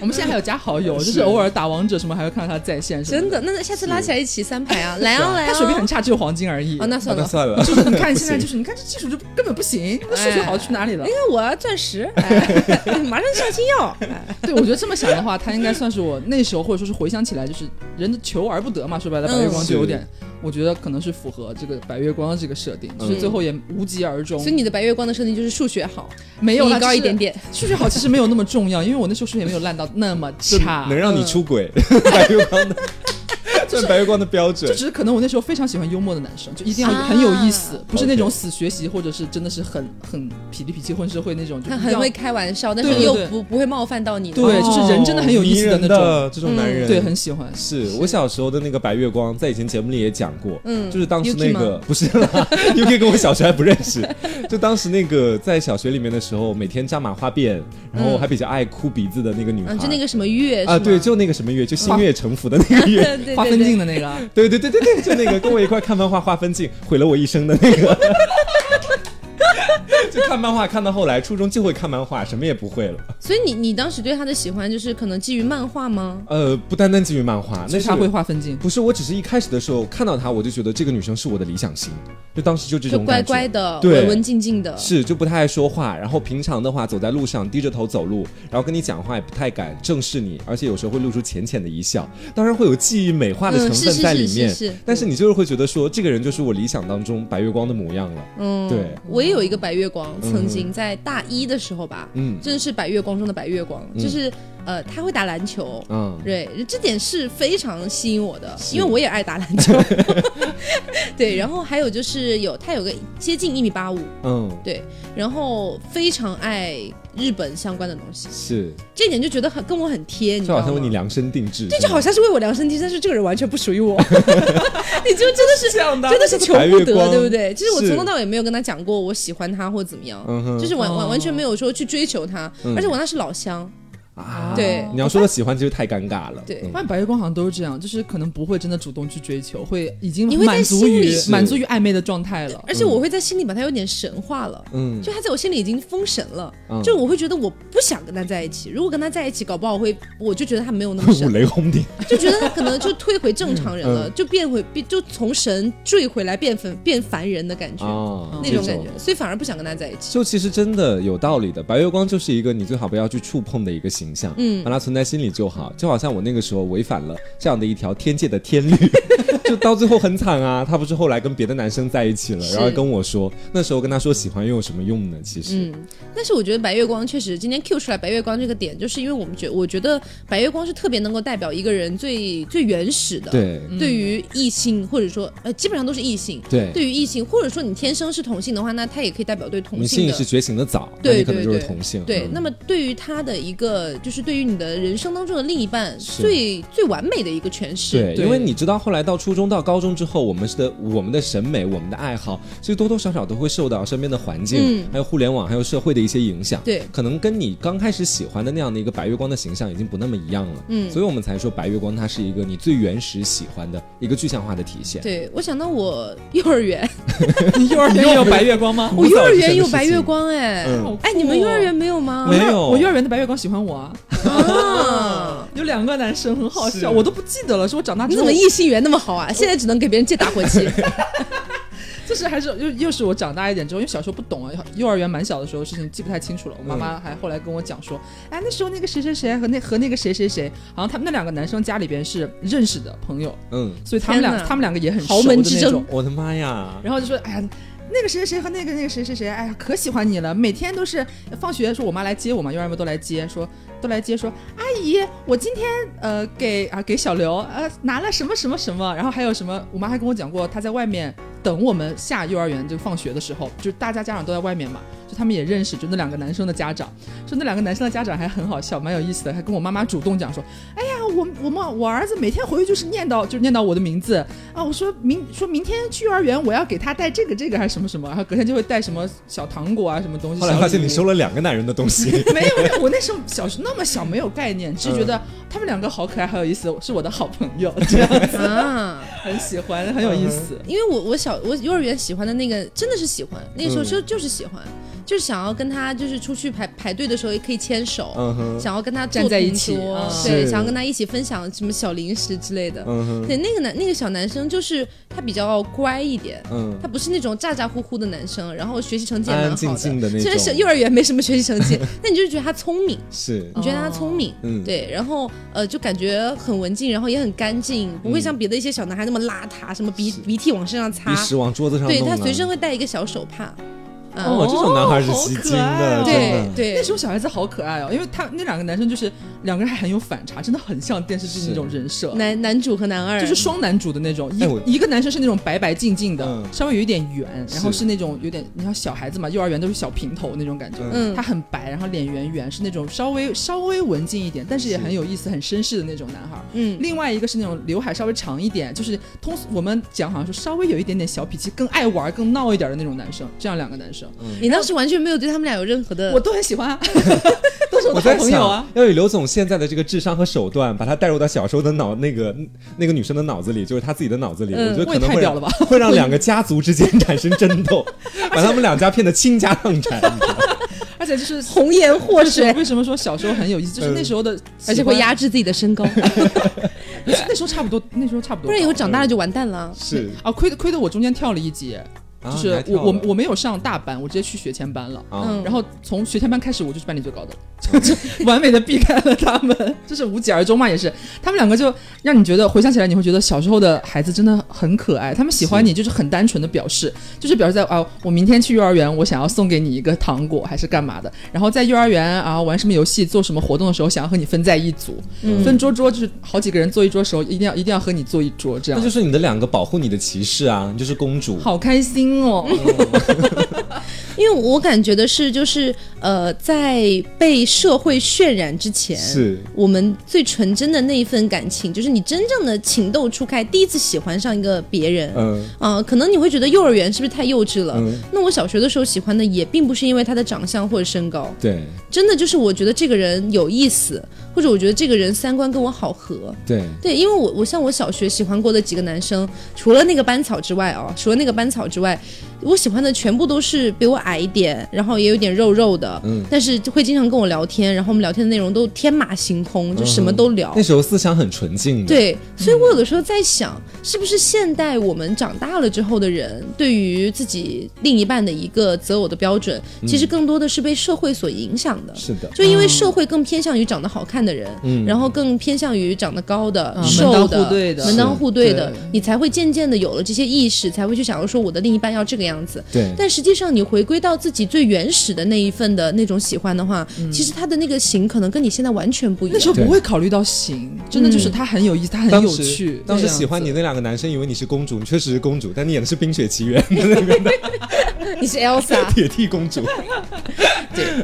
C: 我们现在还有加好友，就是是偶尔打王者什么还会看到他在线什么
B: 真的，那那下次拉起来一起三排 啊！来啊来啊！
C: 他水平很差，只有黄金而已。
B: 哦，那算
A: 那
B: 了。
A: 算了。
C: 就是 你看现在就是你看这技术就根本不行，那
B: 哎
C: 数学好去哪里了
B: 应？该我要钻 石，哎 马上上新药。哎
C: 对，我觉得这么想的话，他应该算是我那时候或者说是回想起来，就是人的求而不得嘛。说白了，白月
A: 嗯
C: 光就有点，我觉得可能是符合这个白月光的这个设定，所
A: 嗯
C: 以最后也无疾而终
B: 所以。你的白月光的设定就是数学好，
C: 没
A: 啊
C: 有
B: 你
C: 啦
B: 高
C: 就是
B: 一 点点。
C: 数学好其实没有那么重要，因为我那时候数学没有烂到那么
A: 这
C: 差
A: 能，让你出轨， 白月光 的，这是白月光的标
C: 嗯就
A: 准
C: 只。是可能我那时候非常喜欢幽默的男生，就一定要
B: 啊
C: 很有意思，不是
A: OK
C: 那种死学习或者是真的是很很痞里痞气混社会那种，就
B: 他
C: 一定
B: 很
C: 要
B: 会开玩笑，但
C: 对
B: 是
C: 对
B: 又
C: 对
B: 不不会冒犯到你。
C: 对就是人真的很有意思的
A: 哦迷人
C: 那种嗯
A: 的这种男人，
C: 对，很喜欢。
A: 是我小时候的那个白月光，在以前节目里也讲过，
B: 嗯
A: 就是当时那
B: Yuki
A: 个不是啦，UK 跟我小学还不认识，就当时那个在小学里面的时候，每天扎马花辫，然
C: 嗯
A: 后还比较爱哭鼻子的那个女孩，
B: 嗯，就那个什么月
A: 啊，对，就那个什么月，就心悦诚服的那个 月，
B: 对
C: 划分镜的那个啊，
A: 对对对对对，就那个跟我一块看漫画画分镜，毁了我一生的那 个。就看漫画看到后来，初中就会看漫画，什么也不会了。
B: 所以你你当时对他的喜欢就是可能基于漫画吗？
A: 呃，不单单基于漫画，
C: 所
A: 那
C: 以
A: 是
C: 他会划分镜。
A: 不是？我只是一开始的时候看到他，我就觉得这个女生是我的理想型，就当时就这
B: 就
A: 种
B: 乖
A: 感觉。
B: 乖的，
A: 对
B: 文文静静的。
A: 是，就不太爱说话，然后平常的话走在路上低着头走路，然后跟你讲话也不太敢正视你，而且有时候会露出浅浅的一笑，当然会有记忆美化的
B: 嗯
A: 成
B: 是
A: 分
B: 是
A: 在
B: 是
A: 里
B: 是
A: 面。
B: 是
A: 但是你就是会觉得说，这个人就是我理想当中白月光的模样了。
B: 嗯，
A: 对，
B: 我也有一个白月光，曾经在大一的时候吧，
A: 嗯
B: 真的是白月光中的白月光，
A: 嗯
B: 就是呃，他会打篮球，
A: 嗯，
B: 对，这点是非常吸引我的，
A: 是
B: 因为我也爱打篮球。 对，然后还有就是有他有个接近一米八五，
A: 嗯，
B: 然后非常爱日本相关的东西，
A: 是，
B: 这点就觉得很跟我很贴，你知
A: 就好
B: 道
A: 像为你
B: 吗？
A: 量身定制，
B: 这就好像是为我量身定制，但是这个人完全不属 于我，你就真的是
C: 这样的
A: 啊
B: 真的是求
A: 白
B: 不
A: 月
B: 得，
A: 光
B: 对不对？就是我
A: 是
B: 从头到尾没有跟他讲过我喜欢他或怎么样，
A: 嗯哼
B: 就是完完
C: 哦
B: 完全没有说去追求他，
A: 嗯
B: 而且我那是老乡，
A: 啊
B: 对
A: 你要说到喜欢，这就太尴尬了。
B: 对
A: 嗯
C: 发现白月光好像都是这样，就是可能不会真的主动去追求，会已经
B: 你会在
C: 满足
B: 心里
C: 于
A: 是
C: 满足于暧昧的状态了。
B: 而且我会在心里把他有点神化了。
A: 嗯，
B: 就他在我心里已经封神了，
A: 嗯
B: 就我会觉得我不想跟他在一起。如果跟他在一起，搞不好我会我就觉得他没有那 么
A: 五
B: 神，
A: 雷轰顶，
B: 就觉得他可能就退回正常人
A: 嗯
B: 了，就变回变就从神坠回来变凡变凡人的感觉，
A: 哦
B: 那种感觉，所以反而不想跟他在一起。
A: 就其实真的有道理的，白月光就是一个你最好不要去触碰的一个形象，嗯，把它存在心里就好。就好像我那个时候违反了这样的一条天界的天律， 就到最后很惨啊。他不是后来跟别的男生在一起了，
B: 是
A: 然后跟我说，那时候跟他说喜欢又有什么用呢？其
B: 嗯
A: 实，
B: 但是我觉得白月光确实今天 Q 出来白月光这个点，就是因为我们觉我觉得白月光是特别能够代表一个人最最原始的，
A: 对
B: 对于异性或者说呃基本上都是异性，
A: 对，
B: 对于异性或者说你天生是同性的话，那他也可以代表对同
A: 女
B: 性
A: 性
B: 的。
A: 是觉醒的早，那
B: 对
A: 你可能
B: 对
A: 就是
B: 对
A: 同性，
B: 对，
A: 嗯
B: 那么对于他的一个，就是对于你的人生当中的另一半，
A: 是
B: 最最完美的一个诠释。
A: 嗯对，
C: 对
A: 因为你知道，后来到初中、到高中之后，我们的我们的审美、我们的爱好，其实多多少少都会受到身边的环境、还有互联网、还有社会的一些影响。
B: 嗯对
A: 可能跟你刚开始喜欢的那样的一个白月光的形象已经不那么一样了。嗯，所以我们才说白月光它是一个你最原始喜欢的一个具象化的体现。
B: 对我想到我幼 儿园，
C: 你 幼儿园也有白月光吗？
B: 我幼儿
A: 这
B: 园
A: 件
B: 有
A: 事
B: 白
A: 情
B: 月光哎、
A: 嗯
B: 哎，你们幼儿园没有吗？
A: 没有
C: 我幼儿园的白月光喜欢我啊，
B: 啊，
C: 有两个男生很好
A: 是
C: 笑，我都不记得了，是我长大
B: 你
C: 之
B: 怎
C: 后
B: 么，异性缘那么好啊？现在只能给别人借打火 机。
C: 就是还是又又是我长大一点之后，因为小时候不懂啊，幼儿园蛮小的时候事情记不太清楚了。我妈妈还后来跟我讲说，哎，那时候那个谁谁谁和那和那个谁谁谁，好像他们那两个男生家里边是认识的朋友，
A: 嗯，
C: 所以他们
B: 天
C: 俩
B: 哪
C: 他们两个也很
B: 豪门
C: 熟的
B: 之
C: 那
B: 争
C: 种
A: 我的妈呀！
C: 然后就说，哎呀。那个谁谁谁和那个那个谁谁谁，哎呀，可喜欢你了！每天都是放学的时候，我妈来接我嘛，幼儿园不都来接，说都来接，说阿姨，我今天呃给啊给小刘呃拿了什么什么什么，然后还有什么，我妈还跟我讲过，她在外面等我们下幼儿园就放学的时候，就大家家长都在外面嘛，就他们也认识，就那两个男生的家长，说那两个男生的家长还很好笑，蛮有意思的，还跟我妈妈主动讲说，哎呀，我我妈我儿子每天回去就是念叨就是念叨我的名字，啊，我说明说明天去幼儿园，我要给他带这个这个还是什么什么，然后隔天就会带什么小糖果啊，什么东西。
A: 后来发现你
C: 收，
A: 收了两个男人的东西
C: 没有没有，我那时候小时候那么小没有概念，只是觉得他们两个好可爱，好有意思，是我的好朋友，这样子
B: 啊，
C: 很喜欢，很有意思。
B: 因为我我小我幼儿园喜欢的那个真的是喜欢，那个时候
A: 嗯
B: 就、就是喜欢，就是想要跟他就是出去排排队的时候也可以牵手，
A: 嗯哼
B: 想要跟他做
C: 站在一
B: 同
C: 起
B: 桌
C: 嗯
B: 对，
A: 是
B: 想要跟他一起分享什么小零食之类的。
A: 嗯哼，
B: 对，那个男那个小男生就是他比较乖一点，
A: 嗯
B: 他不是那种咋咋呼呼的男生，然后学习成绩也
A: 安
B: 蛮
A: 安
B: 好的。
A: 静静的那
B: 虽然
A: 种
B: 是幼儿园没什么学习成 绩，但你就觉得他聪明，
A: 是
B: 你觉得他聪明，
A: 嗯
B: 对，然后呃就感觉很文静，然后也很干净，不会像别的一些小男孩那么邋遢，什么鼻鼻涕往身上擦
A: 鼻，屎往桌子上
B: 对
A: 弄
B: 他
A: 啊
B: 随身会带一个小手帕，啊
A: 哦，这种男孩是啊吸睛的，
C: 哦好可爱哦
A: 真
B: 对
A: 的。
B: 对
C: 那时候小孩子好可爱哦，因为他那两个男生就是两个人还很有反差，真的很像电视剧那种人设。
B: 男男主和男二
C: 就是双男主的那种，一、
A: 哎我
C: 一个男生是那种白白净净的，
A: 嗯
C: 稍微有一点圆，然后
A: 是
C: 是那种有点，你像小孩子嘛，幼儿园都是小平头那种感觉，
B: 嗯
C: 他很白，然后脸圆圆，是那种稍微稍微文静一点，但是也很有意思、很绅士的那种男孩。
B: 嗯
C: 另外一个是那种刘海稍微长一点，就是通俗我们讲好像说稍微有一点点小脾气、更爱玩、更闹一点的那种男生，这样两个男生，
B: 你当时完全没有对他们俩有任何的，
C: 我都很喜欢、啊， 都是
A: 呃我
C: 我的
A: 在
C: 好
A: 想
C: 朋友啊，。
A: 要以刘总现在的这个智商和手段，把他带入到小时候的脑 那个那个女生的脑子里，就是他自己的脑子里，我
B: 嗯
A: 觉得可
C: 我也
A: 能
C: 太
A: 会
C: 屌了吧
A: 会让两个家族之间产生争斗，把他们两家变得倾家荡产。你知道吗
C: 而且就是
B: 红颜祸
C: 为什
B: 水
C: 么，为什么说小时候很有意思？就是那时候的喜 欢，
B: 而且会压制自己的身高，
C: 那时候差不多，那时候差不多
B: 不
C: 高。
B: 然以后长大了就完蛋了。
A: 是
C: 啊，亏得亏得我中间跳了一集，
A: 啊
C: 就
A: 你还
C: 是
A: 跳
C: 我我
A: 了
C: 我没有上大班，我直接去学前班了。
A: 啊，
F: 嗯
C: 然后从学前班开始，我就是班里最高的， 完美的避开了他们， 就是无疾而终嘛，也是。他们两个就让你觉得回想起来，你会觉得小时候的孩子真的很可爱。他们喜欢你就是很单纯的表示，就是表示在啊，我明天去幼儿园，我想要送给你一个糖果还是干嘛的。然后在幼儿园啊玩什么游戏、做什么活动的时候，想要和你分在一组，分桌桌就是好几个人坐一桌的时候，一定要一定要和你坐一桌这
A: 那
C: 样
A: 就。是你的两个保护你的骑士啊，你就是公主。
C: 好开心哦！
B: 因为我感觉的是，就是呃，在被社会渲染之前，
A: 是
B: 我们最纯真的那一份感情，就是你真正的情窦初开，第一次喜欢上一个别人。
A: 嗯，
B: 啊、可能你会觉得幼儿园是不是太幼稚了？
A: 嗯
B: 那我小学的时候喜欢的也并不是因为他的长相或者身高，
A: 对
B: 真的就是我觉得这个人有意思，或者我觉得这个人三观跟我好合。
A: 对，
B: 对，因为我我像我小学喜欢过的几个男生，除了那个班草之外啊、除了那个班草之外，我喜欢的全部都是比我矮一点，然后也有点肉肉的，
A: 嗯
B: 但是会经常跟我聊天，然后我们聊天的内容都天马行空，就什么都聊。
A: 嗯那嗯时候思想很纯净的。，
B: 对，所以我有的时候在想，是不是现代我们长大了之后的人，对于自己另一半的一个择偶的标准，其实更多的是被社会所影响的。
A: 嗯是的，
B: 就因为社会更偏向于长得好看的人，
A: 嗯
B: 然后更偏向于长得高的、
C: 嗯
B: 瘦
C: 门当户对的
B: 门当户对的
C: 是对，
B: 你才会渐渐的有了这些意识，才会去想要说我的另一半要这个样
C: 嗯
B: 子。
A: 对，
B: 但实际上，你回归到自己最原始的那一份的那种喜欢的话，
C: 嗯
B: 其实他的那个型可能跟你现在完全不一
C: 那
B: 样
C: 时。候不会考虑到型，真的就是他很有意思，他很
A: 当
C: 有
A: 时
C: 趣。
A: 当时
C: 这样
A: 喜欢
C: 子
A: 你那两个男生以为你是公主，你确实是公主，但你演的是《冰雪奇缘》的那个
B: 你是啊嗯 Elsa，
A: 铁剃公 主。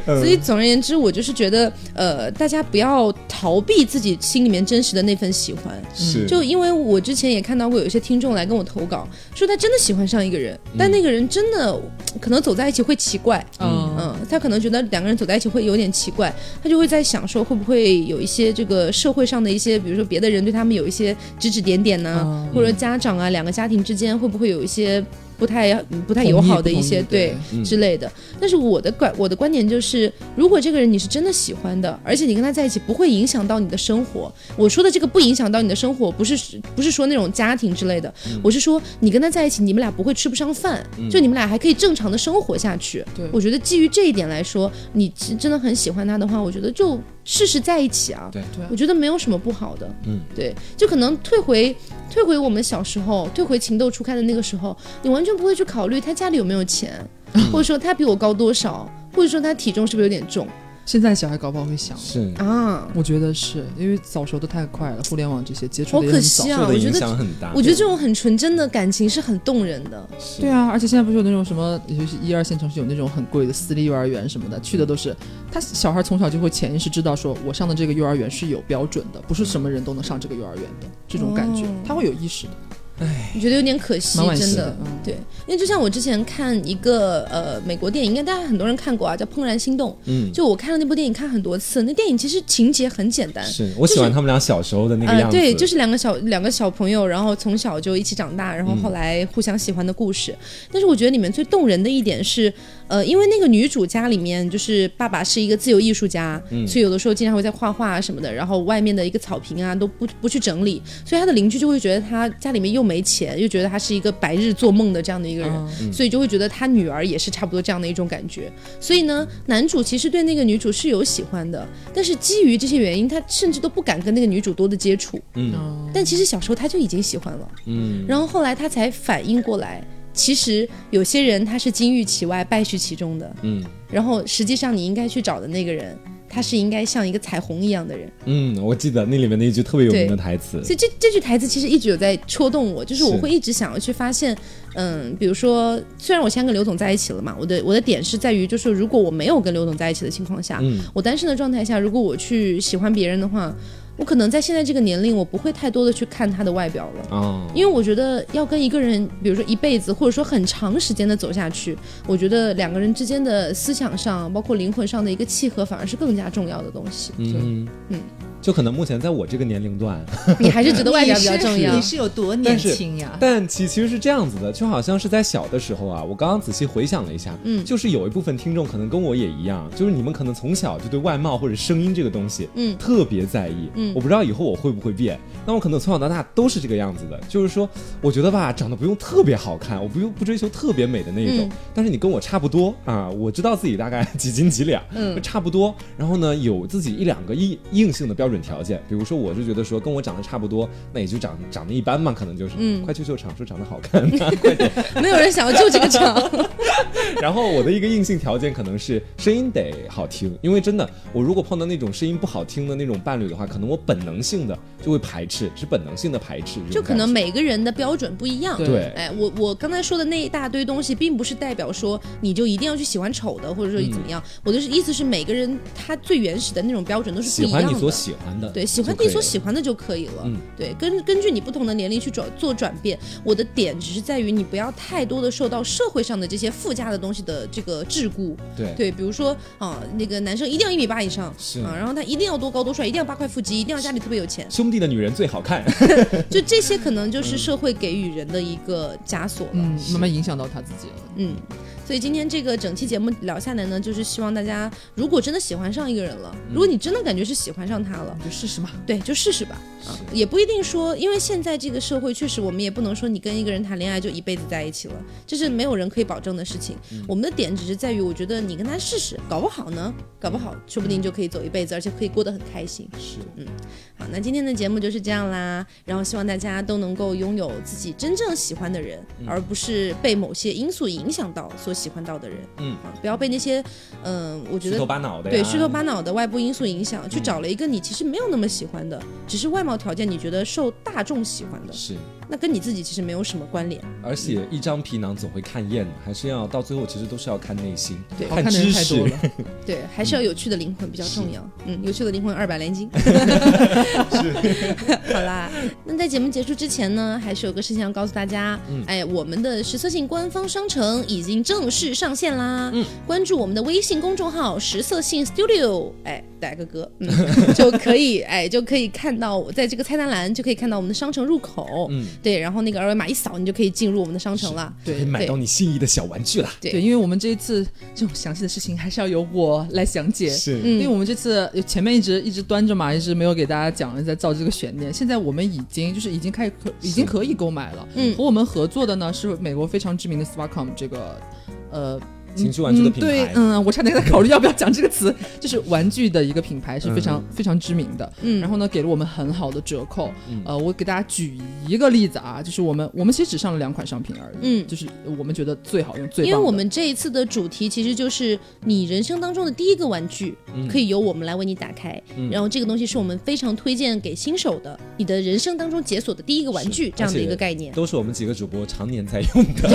B: 所以总而言之，我就是觉得，呃，大家不要逃避自己心里面真实的那份喜欢。
A: 是，
B: 就因为我之前也看到过有一些听众来跟我投稿，说他真的喜欢上一个人，但那个人真的可能走在一起会奇怪，
C: 嗯
B: 嗯，他可能觉得两个人走在一起会有点奇怪，他就会在想说会不会有一些这个社会上的一些，比如说别的人对他们有一些指指点点呐、
C: 嗯
B: 或者家长啊，两个家庭之间会不会有一些不太不太友好的一些
C: 同意不同意对
A: 嗯
B: 之类的。但是我的观我的观点就是，如果这个人你是真的喜欢的，而且你跟他在一起不会影响到你的生活，我说的这个不影响到你的生活，不是不是说那种家庭之类的，
A: 嗯
B: 我是说你跟他在一起，你们俩不会吃不上饭，就你们俩还可以正常的生活下去。
C: 对
B: 我觉得基于这一点来说，你真真的很喜欢他的话，我觉得就试试在一起啊。
A: 对
C: 对
B: 我觉得没有什么不好的。
A: 嗯，
B: 对，就可能退回退回我们小时候，退回情窦初开的那个时候，你完全不会去考虑他家里有没有钱，或者说他比我高多少，或者说他体重是不是有点重
C: 现在小孩搞不好会想，
A: 是，
B: 啊？
C: 我觉得是因为早熟的太快了，互联网这些接触
B: 好
C: 的也
B: 可
C: 很早
B: 惜。啊！
A: 受
B: 我
A: 的
B: 觉
A: 影
B: 得，
A: 响很大。
B: 我觉得这种很纯真的感情是很动人的。
A: 是
C: 对，啊，而且现在不是有那种什么，也就是一二线城市有那种很贵的私立幼儿园什么的，去的都是他小孩从小就会潜意识知道，说我上的这个幼儿园是有标准的，不是什么人都能上这个幼儿园的这种感觉
B: 哦，
C: 他会有意识的，
B: 你觉得有点可惜
C: 哎蛮惋，惜
B: 真的。
C: 嗯
B: 对，因为就像我之前看一个呃美国电影，应该大家很多人看过啊，叫《怦然心动》。
A: 嗯，
B: 就我看了那部电影看很多次，那电影其实情节很简单，
A: 是我喜欢他们俩小时候的那个样子。
B: 呃对，就是两个小两个小朋友，然后从小就一起长大，然
A: 嗯
B: 后后来互相喜欢的故事。但是我觉得里面最动人的一点是，呃，因为那个女主家里面就是爸爸是一个自由艺术家，
A: 嗯
B: 所以有的时候经常会在画画啊什么的，然后外面的一个草坪啊都不不去整理，所以他的邻居就会觉得他家里面又没钱，又觉得他是一个白日做梦的这样的一个人。
C: 嗯
B: 所以就会觉得他女儿也是差不多这样的一种感觉。所以呢，男主其实对那个女主是有喜欢的，但是基于这些原因，他甚至都不敢跟那个女主多的接触。
A: 嗯
B: 但其实小时候他就已经喜欢了，
A: 嗯，
B: 然后后来他才反应过来，其实有些人他是金玉其外，败絮其中的。
A: 嗯
B: 然后实际上你应该去找的那个人，他是应该像一个彩虹一样的人。
A: 嗯，我记得那里面的一句特别有名的台词
B: 所以这这句台词其实一直有在戳动我，就是我
A: 是
B: 会一直想要去发现，嗯，比如说，虽然我现在跟刘总在一起了嘛，我的我的点是在于，就是如果我没有跟刘总在一起的情况下，
A: 嗯
B: 我单身的状态下，如果我去喜欢别人的话，我可能在现在这个年龄，我不会太多的去看他的外表了。
A: 啊，
B: 因为我觉得要跟一个人，比如说一辈子，或者说很长时间的走下去，我觉得两个人之间的思想上，包括灵魂上的一个契合，反而是更加重要的东西。
A: 嗯
B: 嗯，
A: 就可能目前在我这个年龄段，
G: 你还是觉得外表比较重要
H: 你。是有多年
A: 但是
H: 轻呀？
A: 但其其实是这样子的，就好像是在小的时候啊，我刚刚仔细回想了一下，
B: 嗯
A: 就是有一部分听众可能跟我也一样，就是你们可能从小就对外貌或者声音这个东西，
B: 嗯
A: 特别在意，
B: 嗯
A: 我不知道以后我会不会变，那我可能从小到大都是这个样子的，就是说，我觉得吧，长得不用特别好看，我不用不追求特别美的那一种，
B: 嗯
A: 但是你跟我差不多啊，我知道自己大概 几斤几两，
B: 嗯
A: 差不多，然后呢，有自己一两个硬硬性的标准条件，比如说我是觉得说跟我长得差不多，那也就长长得一般嘛，可能就是，
B: 嗯
A: 快去救场说长得好看，
G: 没有人想要救这个场，
A: 然后我的一个硬性条件可能是声音得好听，因为真的，我如果碰到那种声音不好听的那种伴侣的话，可能我本能性的就会排斥，是本能性的排斥，这
B: 就
A: 种
B: 可能
A: 感觉
B: 每个人的标准不一样。
C: 对
A: 对。
B: 哎，我我刚才说的那一大堆东西，并不是代表说你就一定要去喜欢丑的，或者说怎么样。我的意思是，每个人他最原始的那种标准都是不
A: 喜
B: 一样
A: 欢
B: 的。
A: 你所喜欢的，
B: 对，喜欢
A: 就
B: 你
A: 可以了
B: 所喜欢的就可以了。
A: 嗯
B: 对，根根据你不同的年龄去转做转变。我的点只是在于你不要太多的受到社会上的这些附加的东西的这个桎梏。
A: 对
B: 对，比如说啊、那个男生一定要一米八以上
A: 是，
B: 啊，然后他一定要多高多帅，一定要八块腹肌，一定要家里特别有钱
A: 兄弟的女人最好看，
B: 就这些可能就是社会给予人的一个枷锁了。
C: 嗯，慢慢影响到他自己了。
B: 嗯，所以今天这个整期节目聊下来呢，就是希望大家如果真的喜欢上一个人了，如果你真的感觉是喜欢上他了，
C: 你就试试嘛。
B: 对，哦就试试吧。啊，也不一定说，因为现在这个社会确实，我们也不能说你跟一个人谈恋爱就一辈子在一起了，这是没有人可以保证的事情。我们的点只是在于，我觉得你跟他试试，搞不好呢，搞不好说不定就可以走一辈子，而且可以过得很开心。
A: 是
B: 好，那今天的节目就是这样啦。然后希望大家都能够拥有自己真正喜欢的人，
A: 嗯
B: 而不是被某些因素影响到所喜欢到的人。
A: 嗯
B: 啊，不要被那些，嗯、我觉
A: 虚
B: 得
A: 头巴脑的呀，
B: 对虚头巴脑的外部因素影响，去找了一个你其实没有那么喜欢的，只是外貌条件你觉得受大众喜欢的，
A: 是，
B: 那跟你自己其实没有什么关联。
A: 而且一张皮囊总会看厌的，还是要到最后其实都是要看内心，
B: 对
C: 好看的
A: 知
C: 人太
A: 识
C: 多，了，
B: 对，还是要有趣的灵魂比较重要。嗯，有趣的灵魂二百 连金。好啦，那在节目结束之前呢，还是有个事情要告诉大家。
C: 嗯
B: 哎，我们的实测性官方商城已经正式上线啦。
C: 嗯
B: 关注我们的微信公众号“实测性 Studio”，哎，打个嗝， 嗯，就可以，哎，就可以看到我在这个菜单栏就可以看到我们的商城入口。
A: 嗯，
B: 对，然后那个二维码一扫，你就可以进入我们的商城了。
A: 可 以
C: 对
A: 买到你心仪的小玩具啦，
B: 对
C: 对，因为我们这一次这种详细的事情还是要由我来详解。
A: 是
B: 嗯，
C: 因为我们这次前面一直一直端着嘛，一直没有给大家讲，在造这个悬念。现在我们已经就是已经开始可已经可以购买了。
B: 嗯
C: 和我们合作的呢是美国非常知名的 Swacom 这个，呃，
A: 情趣玩具的
C: 嗯
A: 品
C: 对
A: 牌，，
C: 嗯，我差点在考虑要不要讲这个词，就是玩具的一个品牌是非常、非常知名的。
B: 嗯
C: 然后呢，给了我们很好的折扣。
A: 嗯
C: 呃，我给大家举一个例子啊，就是我们我们其实只上了两款商品而已，
B: 嗯
C: 就是我们觉得最好用、最
B: 因为
C: 棒的
B: 我们这一次的主题其实就是你人生当中的第一个玩具，
A: 嗯
B: 可以由我们来为你打开。
A: 嗯
B: 然后这个东西是我们非常推荐给新手的，你的人生当中解锁的第一个玩具
A: 是
B: 这样的一
A: 而
B: 个
A: 且
B: 概念。
A: 都是我们几个主播常年在 用的，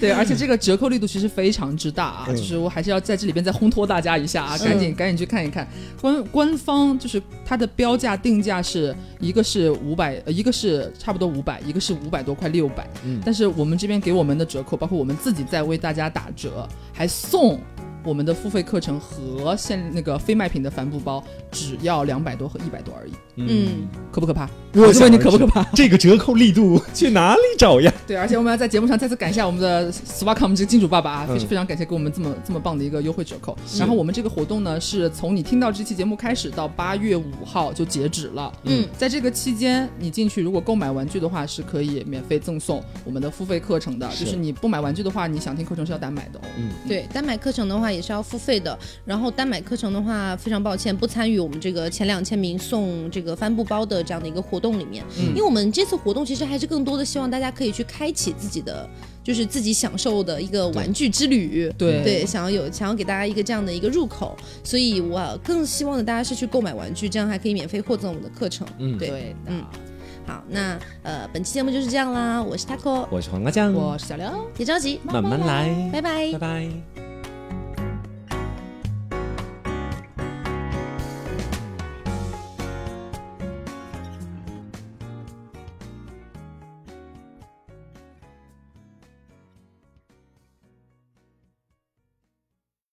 C: 对，而且
B: 嗯
C: 这个折扣力度其实非常之大啊，
A: 嗯
C: 就是我还是要在这里边再烘托大家一下啊，
A: 是
C: 赶紧赶紧去看一看。官官方就是它的标价定价是一个是五百、呃，一个是差不多五百，一个是五百多块六百、
A: 嗯
C: 但是我们这边给我们的折扣，包括我们自己在为大家打折，还送。我们的付费课程和现那个非卖品的帆布包只要两百多和一百多而已，
B: 嗯，
C: 可不可怕？
A: 我
C: 我就
A: 想
C: 问你
A: 而
C: 可不
A: 知
C: 可怕？
A: 这个折扣力度去哪里找呀？
C: 对，而且我们要在节目上再次感谢我们的 Swacom 这个金主爸爸啊，非、
A: 嗯
C: 非常感谢给我们这么这么棒的一个优惠折扣。然后我们这个活动呢，是从你听到这期节目开始到八月五号就截止了。
B: 嗯，
C: 在这个期间，你进去如果购买玩具的话，是可以免费赠送我们的付费课程的。
A: 是
C: 就是你不买玩具的话，你想听课程是要单买的哦。
A: 嗯，
B: 对，单买课程的话也是要付费的。然后单买课程的话，非常抱歉不参与我们这个前两千名送这个帆布包的这样的一个活动里面，
A: 嗯
B: 因为我们这次活动其实还是更多的希望大家可以去开启自己的，就是自己享受的一个玩具之旅。
C: 对
B: 对，想要有想要给大家一个这样的一个入口，所以我更希望的大家是去购买玩具，这样还可以免费获赠我们的课程。
A: 嗯
B: 对，
C: 对的
B: 嗯好，那呃，本期节目就是这样啦，我是 taco，
A: 我是黄瓜酱，
C: 我是小刘。
B: 别着急，
A: 慢慢来，
B: 拜拜
A: 拜拜